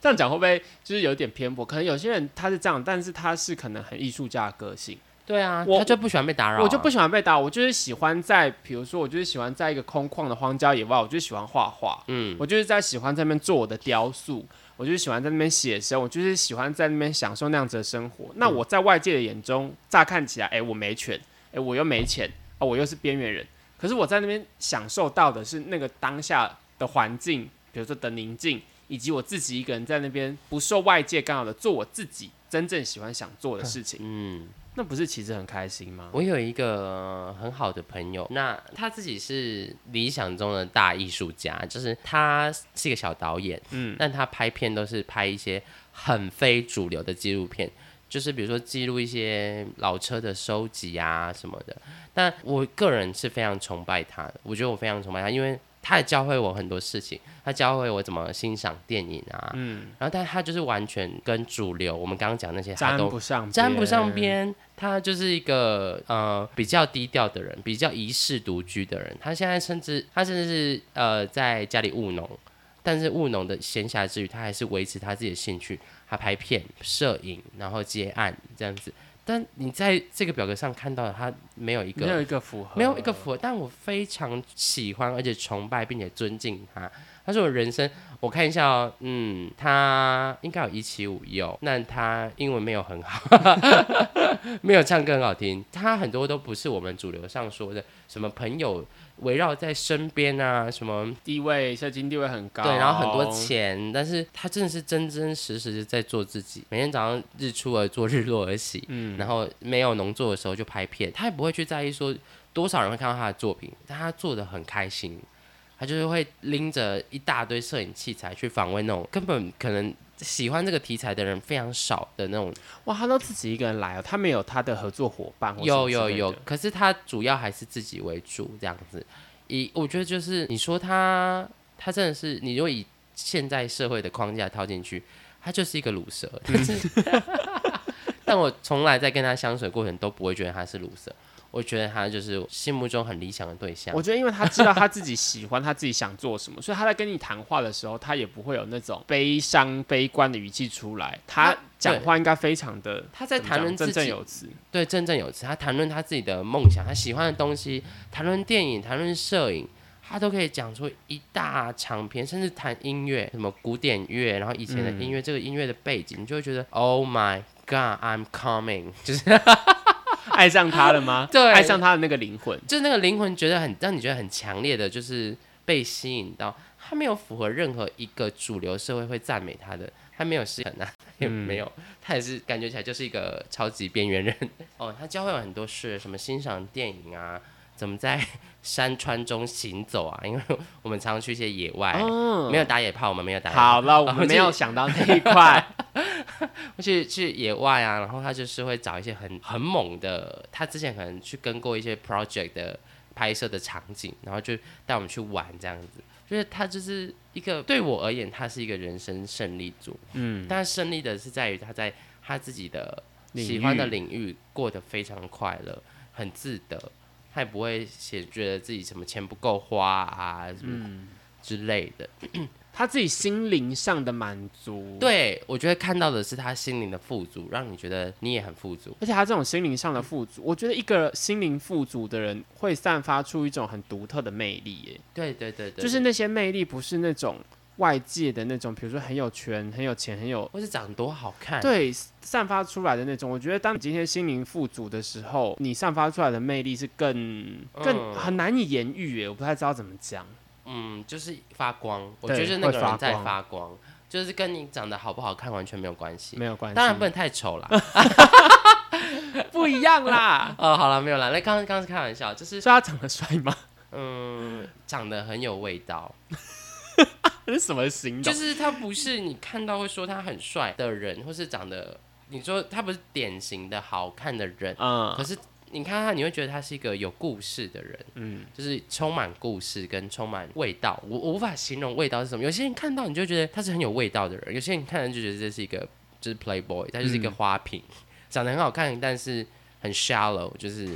[SPEAKER 2] 这样讲会不会就是有点偏颇？可能有些人他是这样，但是他是可能很艺术家的个性。
[SPEAKER 1] 对啊，
[SPEAKER 2] 我
[SPEAKER 1] 他就不喜欢被打扰啊、
[SPEAKER 2] 我就不喜欢被打，我就是喜欢在，比如说，我就是喜欢在一个空旷的荒郊野外，我就喜欢画画，
[SPEAKER 1] 嗯，
[SPEAKER 2] 我就是在喜欢在那边做我的雕塑，我就是喜欢在那边写生，我就是喜欢在那边享受那样子的生活。
[SPEAKER 1] 嗯
[SPEAKER 2] 那我在外界的眼中，乍看起来，哎、我没权，哎、我又没钱，啊，我又是边缘人。可是我在那边享受到的是那个当下的环境，比如说的宁静，以及我自己一个人在那边不受外界干扰的做我自己真正喜欢想做的事情，
[SPEAKER 1] 嗯，
[SPEAKER 2] 那不是其实很开心吗？
[SPEAKER 1] 我有一个很好的朋友，那他自己是理想中的大艺术家，就是他是一个小导演，
[SPEAKER 2] 嗯，
[SPEAKER 1] 但他拍片都是拍一些很非主流的纪录片，就是比如说记录一些老车的收集啊什么的。但我个人是非常崇拜他的，我觉得我非常崇拜他，因为他也教会我很多事情，他教会我怎么欣赏电影啊，嗯，然后但他就是完全跟主流，我们刚刚讲那些他
[SPEAKER 2] 沾
[SPEAKER 1] 都
[SPEAKER 2] 不上，
[SPEAKER 1] 沾不上。边，他就是一个呃比较低调的人，比较一世独居的人。他现在甚至他甚至是呃在家里务农，但是务农的闲暇之余，他还是维持他自己的兴趣，他拍片、摄影，然后接案这样子。但你在这个表格上看到的，他没有一
[SPEAKER 2] 没有
[SPEAKER 1] 个
[SPEAKER 2] 一个符合，
[SPEAKER 1] 没有一个符合，但我非常喜欢，而且崇拜并且尊敬他。他是我人生，我看一下哦，嗯，他应该有一七五有，那他英文没有很好， 没有唱歌很好听，他很多都不是我们主流上说的什么朋友围绕在身边啊，什么
[SPEAKER 2] 地位，社经地位很高，
[SPEAKER 1] 对，然后很多，钱，但是他真的是真真实实的在做自己，每天早上日出而作，日落而息，嗯，然后没有农作的时候就拍片，他也不会去在意说多少人会看到他的作品，但他做的很开心，他就是会拎着一大堆摄影器材去访问那种根本可能喜欢这个题材的人非常少的那种，
[SPEAKER 2] 哇，他都自己一个人来哦，他没有他的合作伙伴或什
[SPEAKER 1] 有
[SPEAKER 2] 么之类
[SPEAKER 1] 有
[SPEAKER 2] 的，
[SPEAKER 1] 有，可是他主要还是自己为主这样子，以我觉得就是你说他他真的是，你如果以现在社会的框架套进去，他就是一个卤蛇，但是， 但我从来在跟他相处的过程都不会觉得他是卤蛇，我觉得他就是心目中很理想的对象
[SPEAKER 2] 我。觉得，因为他知道他自己喜欢，他自己想做什么，所以他在跟你谈话的时候，他也不会有那种悲伤、悲观的语气出来。他
[SPEAKER 1] 那
[SPEAKER 2] 讲话应该非常的
[SPEAKER 1] 他在
[SPEAKER 2] 怎么
[SPEAKER 1] 谈
[SPEAKER 2] 讲
[SPEAKER 1] 论自
[SPEAKER 2] 振振
[SPEAKER 1] 己，
[SPEAKER 2] 有词。
[SPEAKER 1] 对振振有词。他谈论他自己的梦想，他喜欢的东西，谈论电影，谈论摄影，他都可以讲出一大长篇，甚至谈音乐，什么古典乐，然后以前的音乐，这个音乐的背景，你就会觉得 Oh my God，I'm coming，就是
[SPEAKER 2] 爱上他了吗？
[SPEAKER 1] 对
[SPEAKER 2] 爱上他的那个灵魂。
[SPEAKER 1] 就是那个灵魂觉得很让你觉得很强烈的，就是被吸引到。他没有符合任何一个主流社会会赞美他的，他没有失衡啊，也没有，他也是感觉起来就是一个超级边缘人。 哦，他教会我很多事，什么欣赏电影啊，怎么在 山川中行走啊，因为我们常常去一些野外，
[SPEAKER 2] 嗯，
[SPEAKER 1] 没有打野炮，我们没有打野炮。
[SPEAKER 2] 好了，我们没有 想到那一块。
[SPEAKER 1] 去去野外啊，然后他就是会找一些很很猛的，他之前可能去跟过一些 project 的拍摄的场景，然后就带我们去玩这样子。就是他就是一个对我而言，他是一个人生胜利组，
[SPEAKER 2] 嗯，
[SPEAKER 1] 但胜利的是在于他在他自己的
[SPEAKER 2] 领域
[SPEAKER 1] 喜欢的领域过得非常快乐，很自得，他也不会写觉得自己什么钱不够花啊什么之类的。
[SPEAKER 2] 他自己心灵上的满足，，
[SPEAKER 1] 对我觉得看到的是他心灵的富足，让你觉得你也很富足。
[SPEAKER 2] 而且他这种心灵上的富足，我觉得一个心灵富足的人会散发出一种很独特的魅力耶，
[SPEAKER 1] 对对对对，
[SPEAKER 2] 就是那些魅力不是那种外界的那种，比如说很有权、很有钱、很有
[SPEAKER 1] 或是长多好看，，
[SPEAKER 2] 对散发出来的那种。我觉得当你今天心灵富足的时候，你散发出来的魅力是更更
[SPEAKER 1] 嗯
[SPEAKER 2] 很难以言喻耶，我不太知道怎么讲。
[SPEAKER 1] 嗯，就是发光，我
[SPEAKER 2] 对
[SPEAKER 1] 觉得是那个
[SPEAKER 2] 会发
[SPEAKER 1] 人在
[SPEAKER 2] 光
[SPEAKER 1] 发光，就是跟你长得好不好看完全没有关系。
[SPEAKER 2] 没有关系，
[SPEAKER 1] 当然不能太丑 啦。
[SPEAKER 2] 不一样 啦。
[SPEAKER 1] 哦，好了，没有啦。那刚刚刚是开玩笑，就是
[SPEAKER 2] 所以他长得帅吗？
[SPEAKER 1] 嗯，长得很有味道，
[SPEAKER 2] 这是什么形容？
[SPEAKER 1] 就是他不是你看到会说他很帅的人，或是长得你说他不是典型的好看的人，
[SPEAKER 2] 嗯
[SPEAKER 1] 可是你看他，你会觉得他是一个有故事的人，
[SPEAKER 2] 嗯，
[SPEAKER 1] 就是充满故事跟充满味道，我我无法形容味道是什么。有些人看到你就觉得他是很有味道的人，有些人看了就觉得这是一个就是 playboy，他就是一个花瓶，长得很好看，但是很 shallow，就是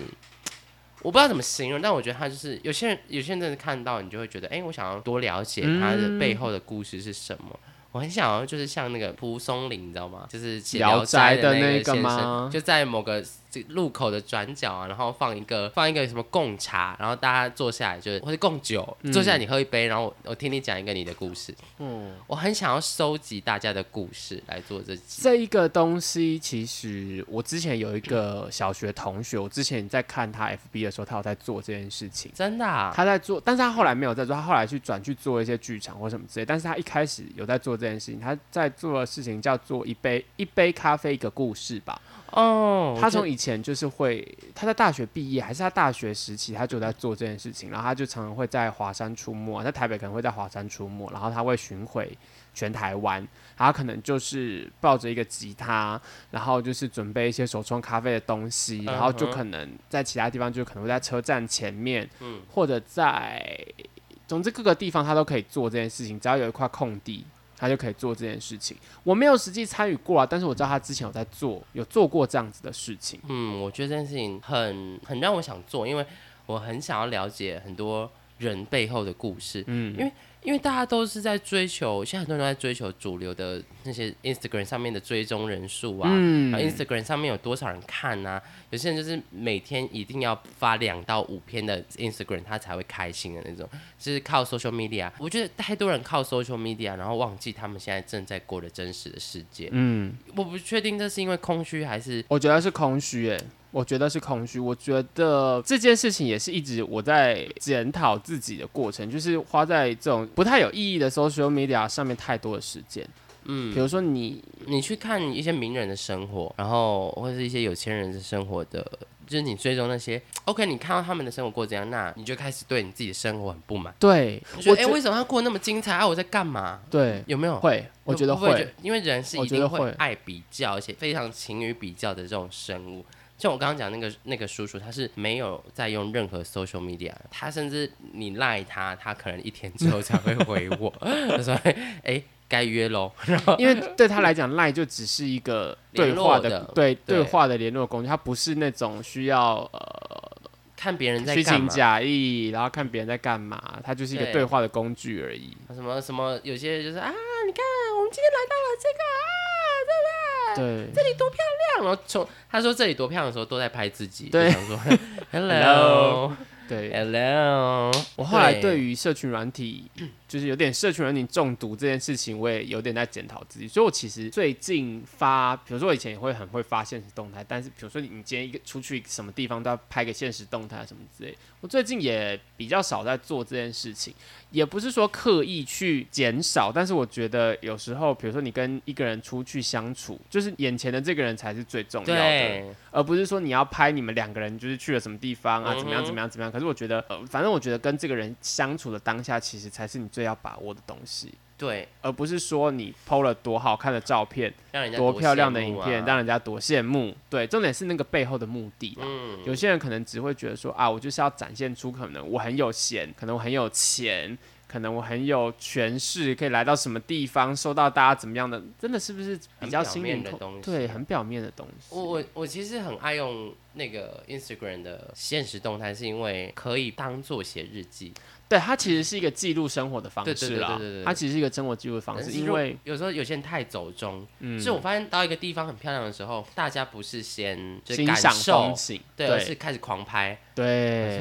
[SPEAKER 1] 我不知道怎么形容，但我觉得他就是有些人有些人真的看到你就会觉得，哎、我想要多了解他的背后的故事是什么。我很想要，就是像那个蒲松龄，你知道吗？就是写《
[SPEAKER 2] 聊
[SPEAKER 1] 聊斋
[SPEAKER 2] 斋》的
[SPEAKER 1] 的
[SPEAKER 2] 那
[SPEAKER 1] 那个
[SPEAKER 2] 个
[SPEAKER 1] 先
[SPEAKER 2] 吗
[SPEAKER 1] 生，就在某个这个路口的转角啊，然后放一个放一个什么贡茶，然后大家坐下来就是或者贡酒，坐下来你喝一杯，然后我我听你讲一个你的故事。
[SPEAKER 2] 嗯，
[SPEAKER 1] 我很想要收集大家的故事来做这集。
[SPEAKER 2] 这一个东西，其实我之前有一个小学同学，我之前在看他 FB 的时候，他有在做这件事情。
[SPEAKER 1] 真的、啊，
[SPEAKER 2] 他在做，但是他后来没有在做，他后来去转去做一些剧场或什么之类。但是他一开始有在做这件事情，他在做的事情叫做一杯一杯咖啡一个故事吧。
[SPEAKER 1] 哦，
[SPEAKER 2] 他从以前就是会，他在大学毕业还是他大学时期，他就在做这件事情，然后他就常常会在华山出没，在台北可能会在华山出没，然后他会巡回全台湾，然后他可能就是抱着一个吉他，然后就是准备一些手冲咖啡的东西，然后就
[SPEAKER 1] 嗯哼
[SPEAKER 2] 可能在其他地方就可能会在车站前面，
[SPEAKER 1] 嗯
[SPEAKER 2] 或者在，总之各个地方他都可以做这件事情，只要有一块空地，他就可以做这件事情。我没有实际参与过啊，但是我知道他之前有在做，有做过这样子的事情。
[SPEAKER 1] 嗯，我觉得这件事情很很让我想做，因为我很想要了解很多人背后的故事。
[SPEAKER 2] 嗯，
[SPEAKER 1] 因为大家都是在追求，现在很多人都在追求主流的那些 Instagram 上面的追踪人数啊，
[SPEAKER 2] 嗯
[SPEAKER 1] 然后 Instagram 上面有多少人看啊？有些人就是每天一定要发两到五篇的 Instagram，他才会开心的那种，就是靠 social media。我觉得太多人靠 social media，然后忘记他们现在正在过的真实的世界。
[SPEAKER 2] 嗯，
[SPEAKER 1] 我不确定这是因为空虚还是
[SPEAKER 2] 我觉得是空虚，诶，我觉得是空虚。我觉得这件事情也是一直我在检讨自己的过程，就是花在这种不太有意义的 social media 上面太多的时间。嗯，比如说你
[SPEAKER 1] 你去看一些名人的生活，然后或者是一些有钱人的生活的，就是你追踪那些 OK，你看到他们的生活过怎样，那你就开始对你自己的生活很不满，
[SPEAKER 2] 对，
[SPEAKER 1] 你觉
[SPEAKER 2] 我
[SPEAKER 1] 得哎、
[SPEAKER 2] 觉
[SPEAKER 1] 为什么他过得那么精彩啊？我在干嘛？
[SPEAKER 2] 对
[SPEAKER 1] 有没有？
[SPEAKER 2] 会，我觉得
[SPEAKER 1] 会不会
[SPEAKER 2] 会，
[SPEAKER 1] 因为人是
[SPEAKER 2] 我
[SPEAKER 1] 一
[SPEAKER 2] 觉
[SPEAKER 1] 定
[SPEAKER 2] 得
[SPEAKER 1] 会
[SPEAKER 2] 会
[SPEAKER 1] 爱比较，而且非常勤于比较的这种生物。像我刚刚讲那个那个叔叔，他是没有在用任何 social media，的他甚至你赖他，他可能一天之后才会回我， 他说：“哎、该约喽。”
[SPEAKER 2] 因为对他来讲，赖就只是一 个对话的
[SPEAKER 1] 联络的
[SPEAKER 2] 对对
[SPEAKER 1] 对
[SPEAKER 2] 话的联络工具，它不是那种需要呃
[SPEAKER 1] 看别人在
[SPEAKER 2] 虚
[SPEAKER 1] 干
[SPEAKER 2] 情
[SPEAKER 1] 嘛。
[SPEAKER 2] 假意，然后看别人在干嘛，它就是一个
[SPEAKER 1] 对
[SPEAKER 2] 对话的工具而已。
[SPEAKER 1] 什么什么，有些就是啊，你看我们今天来到了这个啊，对不对？
[SPEAKER 2] 对，
[SPEAKER 1] 这样，然后从他说这里多漂亮的时候，都在拍自己，
[SPEAKER 2] 对
[SPEAKER 1] 就想说 hello，
[SPEAKER 2] 对，
[SPEAKER 1] Hello，
[SPEAKER 2] 我后来对
[SPEAKER 1] 于
[SPEAKER 2] 于社群软体，就是有点社群软体中毒这件事情，我也有点在检讨自己。所以我其实最近发，比如说我以前也会很会发现实动态，但是比如说你今天一个出去什么地方都要拍个现实动态啊什么之类，我最近也比较少在做这件事情。也不是说刻意去减少，但是我觉得有时候，比如说你跟一个人出去相处，就是眼前的这个人才是最重要的。
[SPEAKER 1] 对
[SPEAKER 2] 而不是说你要拍你们两个人就是去了什么地方啊，
[SPEAKER 1] 嗯哼
[SPEAKER 2] 怎么样怎么样怎么样。可是我觉得，呃，反正我觉得跟这个人相处的当下，其实才是你最要把握的东西，
[SPEAKER 1] 对，
[SPEAKER 2] 而不是说你 PO 了多好看的照片、
[SPEAKER 1] 让人家
[SPEAKER 2] 多漂亮的
[SPEAKER 1] 羡
[SPEAKER 2] 影
[SPEAKER 1] 慕啊
[SPEAKER 2] 片，让人家多羡慕。对，重点是那个背后的目的啦。
[SPEAKER 1] 嗯
[SPEAKER 2] 有些人可能只会觉得说啊，我就是要展现出可能我很有闲，可能我很有钱，可能我很有权势，可以来到什么地方，受到大家怎么样的，真的是不是比较
[SPEAKER 1] 很表
[SPEAKER 2] 心
[SPEAKER 1] 面
[SPEAKER 2] 灵
[SPEAKER 1] 的
[SPEAKER 2] 空
[SPEAKER 1] 东西
[SPEAKER 2] 对，很表面的东西。
[SPEAKER 1] 我我我其实很爱用那个 Instagram 的现实动态，是因为可以当做写日记，
[SPEAKER 2] 对，它其实是一个记录生活的方
[SPEAKER 1] 对对
[SPEAKER 2] 式
[SPEAKER 1] 对
[SPEAKER 2] 啦
[SPEAKER 1] 对对对。
[SPEAKER 2] 它哦其实是一个生活记录的方
[SPEAKER 1] 但
[SPEAKER 2] 式，
[SPEAKER 1] 是
[SPEAKER 2] 因
[SPEAKER 1] 如
[SPEAKER 2] 为
[SPEAKER 1] 有时候有些人太走中，
[SPEAKER 2] 嗯，
[SPEAKER 1] 所以我发现到一个地方很漂亮的时候，大家不是先就是
[SPEAKER 2] 欣
[SPEAKER 1] 感
[SPEAKER 2] 赏
[SPEAKER 1] 受
[SPEAKER 2] 风，景，
[SPEAKER 1] 对，而是
[SPEAKER 2] 对
[SPEAKER 1] 开始狂拍。
[SPEAKER 2] 对，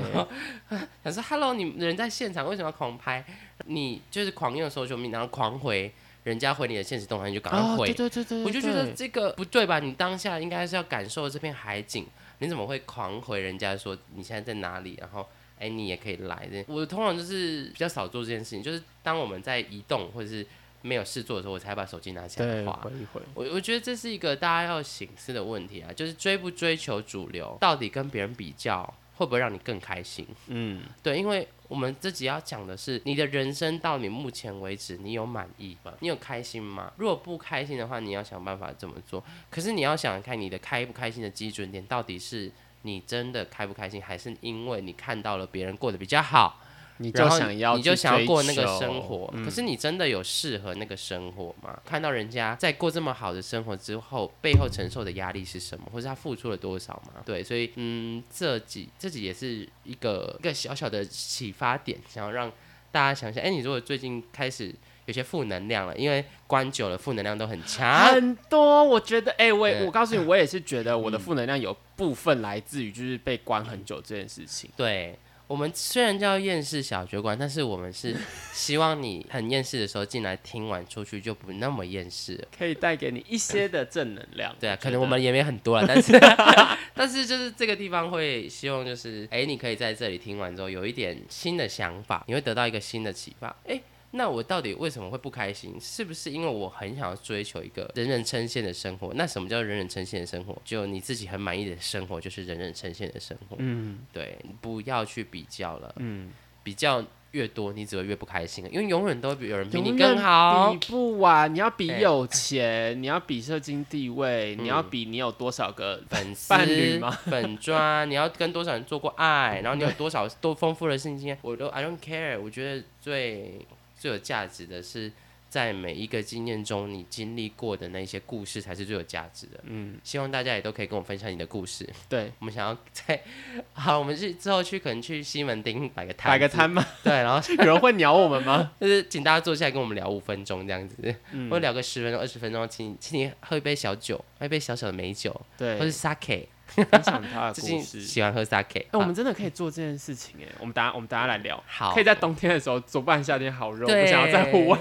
[SPEAKER 1] 想说 Hello，你们人在现场为什么要狂拍？你就是狂用 social media，然后狂回人家回你的现实动态，你就赶快
[SPEAKER 2] 啊，
[SPEAKER 1] 回
[SPEAKER 2] 对。对对对，
[SPEAKER 1] 我就觉得
[SPEAKER 2] 对
[SPEAKER 1] 这个不对吧？你当下应该是要感受这片海景，你怎么会狂回人家说你现在在哪里？然后，哎、你也可以来。这我通常就是比较少做这件事情，就是当我们在移动或者是没有事做的时候，我才把手机拿起来
[SPEAKER 2] 对
[SPEAKER 1] 划。
[SPEAKER 2] 回一回，
[SPEAKER 1] 我我觉得这是一个大家要醒思的问题啊，就是追不追求主流，到底跟别人比较会不会让你更开心？
[SPEAKER 2] 嗯，
[SPEAKER 1] 对，因为我们自己要讲的是，你的人生到你目前为止，你有满意吗？你有开心吗？如果不开心的话，你要想办法这么做。可是你要想想看，你的开不开心的基准点到底是你真的开不开心，还是因为你看到了别人过得比较好，
[SPEAKER 2] 你就
[SPEAKER 1] 然后
[SPEAKER 2] 想要
[SPEAKER 1] 你就
[SPEAKER 2] 去
[SPEAKER 1] 想要
[SPEAKER 2] 追
[SPEAKER 1] 过那个
[SPEAKER 2] 求
[SPEAKER 1] 生活？
[SPEAKER 2] 嗯
[SPEAKER 1] 可是你真的有适合那个生活吗？看到人家在过这么好的生活之后，背后承受的压力是什么，或是他付出了多少吗？对，所以嗯，这几这几也是一个一个小小的启发点，想要让大家想想，哎、你如果最近开始有些负能量了，因为关久了负能量都很强，
[SPEAKER 2] 很多，我觉得，哎、我也
[SPEAKER 1] 对嗯
[SPEAKER 2] 我告诉你，我也是觉得我的负能量有部分来自于就是被关很久这件事情。
[SPEAKER 1] 对。我们虽然叫厌世小酒馆，但是我们是希望你很厌世的时候进来听完，出去就不那么厌世了。
[SPEAKER 2] 可以带给你一些的正能量。
[SPEAKER 1] 对啊，
[SPEAKER 2] 觉
[SPEAKER 1] 可
[SPEAKER 2] 得
[SPEAKER 1] 能我们也没很 多了，但是 但是就是这个地方会希望就是，哎，你可以在这里听完之后有一点新的想法，你会得到一个新的启发。哎，那我到底为什么会不开心？是不是因为我很想要追求一个人人称羡的生活？那什么叫人人称羡的生活？就你自己很满意的生活，就是人人称羡的生活。
[SPEAKER 2] 嗯
[SPEAKER 1] 对，不要去比较了，
[SPEAKER 2] 嗯，
[SPEAKER 1] 比较越多，你只会越不开心，因为永远都会有人比
[SPEAKER 2] 永
[SPEAKER 1] 你
[SPEAKER 2] 远
[SPEAKER 1] 更好。
[SPEAKER 2] 比不完。你要比
[SPEAKER 1] 哎
[SPEAKER 2] 有钱，你要比社经地位，你要
[SPEAKER 1] 嗯
[SPEAKER 2] 比你有多少个
[SPEAKER 1] 粉丝、
[SPEAKER 2] 伴侣吗
[SPEAKER 1] 粉砖，你要跟多少人做过 爱，然后你有多少多丰富的事情经验，我都 I don't care。我觉得最最有价值的是，在每一个经验中，你经历过的那些故事才是最有价值的。
[SPEAKER 2] 嗯，
[SPEAKER 1] 希望大家也都可以跟我分享你的故事。
[SPEAKER 2] 对，
[SPEAKER 1] 我们想要在 好，我们去之后去可能去西门町摆个摊，
[SPEAKER 2] 摆个，摊吗？
[SPEAKER 1] 对，然后
[SPEAKER 2] 有人会鸟我们 吗？
[SPEAKER 1] 就是请大家坐下来跟我们聊五分钟这样子，
[SPEAKER 2] 嗯
[SPEAKER 1] 或者聊个十分钟、二十分钟，请你请你喝一杯小酒，喝一杯小小的美酒，
[SPEAKER 2] 对
[SPEAKER 1] 或，是 sake。
[SPEAKER 2] 分享 他的
[SPEAKER 1] 最
[SPEAKER 2] 故
[SPEAKER 1] 近
[SPEAKER 2] 事。
[SPEAKER 1] 喜欢喝 sake，、
[SPEAKER 2] 哎，我们真的可以做这件事情哎，我们大家我们大家来聊，
[SPEAKER 1] 好
[SPEAKER 2] 可以在冬天的时候做，不然夏天好热，我
[SPEAKER 1] 对
[SPEAKER 2] 不想要在户外。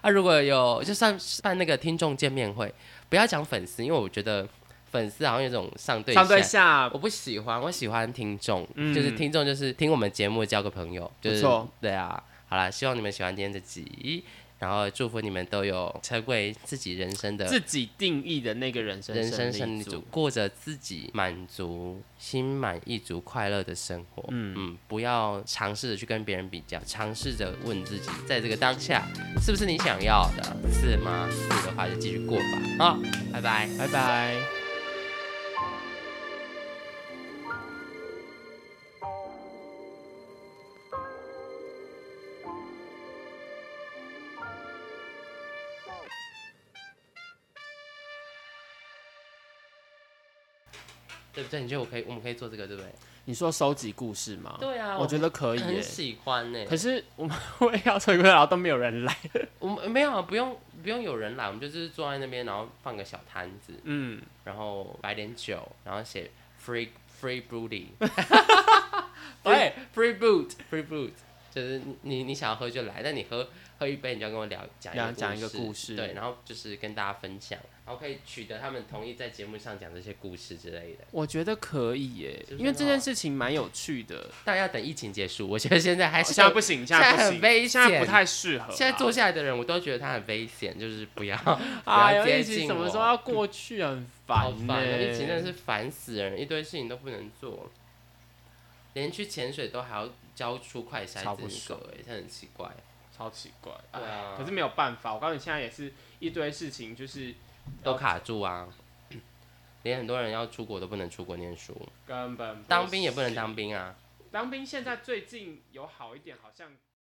[SPEAKER 1] 啊，如果有就算办那个听众见面会，不要讲粉丝，因为我觉得粉丝好像有种上对
[SPEAKER 2] 上对下
[SPEAKER 1] 我不喜欢，我喜欢听众，
[SPEAKER 2] 嗯
[SPEAKER 1] 就是听众就是听我们节目交个朋友，就是
[SPEAKER 2] 不错
[SPEAKER 1] 对啊，好啦，希望你们喜欢今天这集，然后祝福你们都有成为自己人生的
[SPEAKER 2] 自己定义的那个人生
[SPEAKER 1] 人生
[SPEAKER 2] 胜
[SPEAKER 1] 胜
[SPEAKER 2] 利
[SPEAKER 1] 利组，过着自己满足、心满意足、快乐的生活。嗯不要尝试着去跟别人比较，尝试着问自己，在这个当下是不是你想要的？是吗？是的话就继续过吧。啊，拜拜。
[SPEAKER 2] 拜拜。
[SPEAKER 1] 对不对？你觉得我可以，我们可以做这个，对不对？
[SPEAKER 2] 你说收集故事吗？
[SPEAKER 1] 对啊，
[SPEAKER 2] 我觉得可以耶
[SPEAKER 1] 很。喜欢呢、
[SPEAKER 2] 可是我们 我也要催婚，然后都没有人来。
[SPEAKER 1] 我们没有啊，不用不用有人来，我们就就是坐在那边，然后放个小摊子，
[SPEAKER 2] 嗯，
[SPEAKER 1] 然后摆点酒，然后写 free free booty，
[SPEAKER 2] 对，free boot，
[SPEAKER 1] ，free boot，就是你你想要喝就来，但你喝喝一杯，你就要跟我聊讲
[SPEAKER 2] 讲
[SPEAKER 1] 讲
[SPEAKER 2] 讲一个故事
[SPEAKER 1] 对，然后就是跟大家分享，然后可以取得他们同意在节目上讲这些故事之类的。
[SPEAKER 2] 我觉得可以耶，
[SPEAKER 1] 是不是
[SPEAKER 2] 因为这件
[SPEAKER 1] 很好
[SPEAKER 2] 事情蛮有趣的。
[SPEAKER 1] 但要等疫情结束，我觉得现在还是
[SPEAKER 2] 现在不行，现在
[SPEAKER 1] 现在
[SPEAKER 2] 不
[SPEAKER 1] 很
[SPEAKER 2] 行，
[SPEAKER 1] 危
[SPEAKER 2] 现在
[SPEAKER 1] 险
[SPEAKER 2] 不太适合啊。
[SPEAKER 1] 现在坐下来的人，我都觉得他很危险，就是不 要不
[SPEAKER 2] 哎
[SPEAKER 1] 要
[SPEAKER 2] 呦，
[SPEAKER 1] 接
[SPEAKER 2] 疫情
[SPEAKER 1] 近
[SPEAKER 2] 什么时候
[SPEAKER 1] 我。
[SPEAKER 2] 要过去，很
[SPEAKER 1] 好
[SPEAKER 2] 烦
[SPEAKER 1] 烦
[SPEAKER 2] 欸呢、
[SPEAKER 1] 哦，疫情真的是烦死人，一堆事情都不能做，连去潜水都还要交出快筛
[SPEAKER 2] 超不
[SPEAKER 1] 资格，哎，这很奇怪。
[SPEAKER 2] 超奇怪。
[SPEAKER 1] 对啊
[SPEAKER 2] 哎可是没有办法，我告诉你，现在也是一堆事情，就是
[SPEAKER 1] 都卡住啊， 连很多人要出国都不能出国念书，
[SPEAKER 2] 根本
[SPEAKER 1] 当兵也不能
[SPEAKER 2] 行
[SPEAKER 1] 当兵啊。
[SPEAKER 2] 当兵现在最近有好一点，好像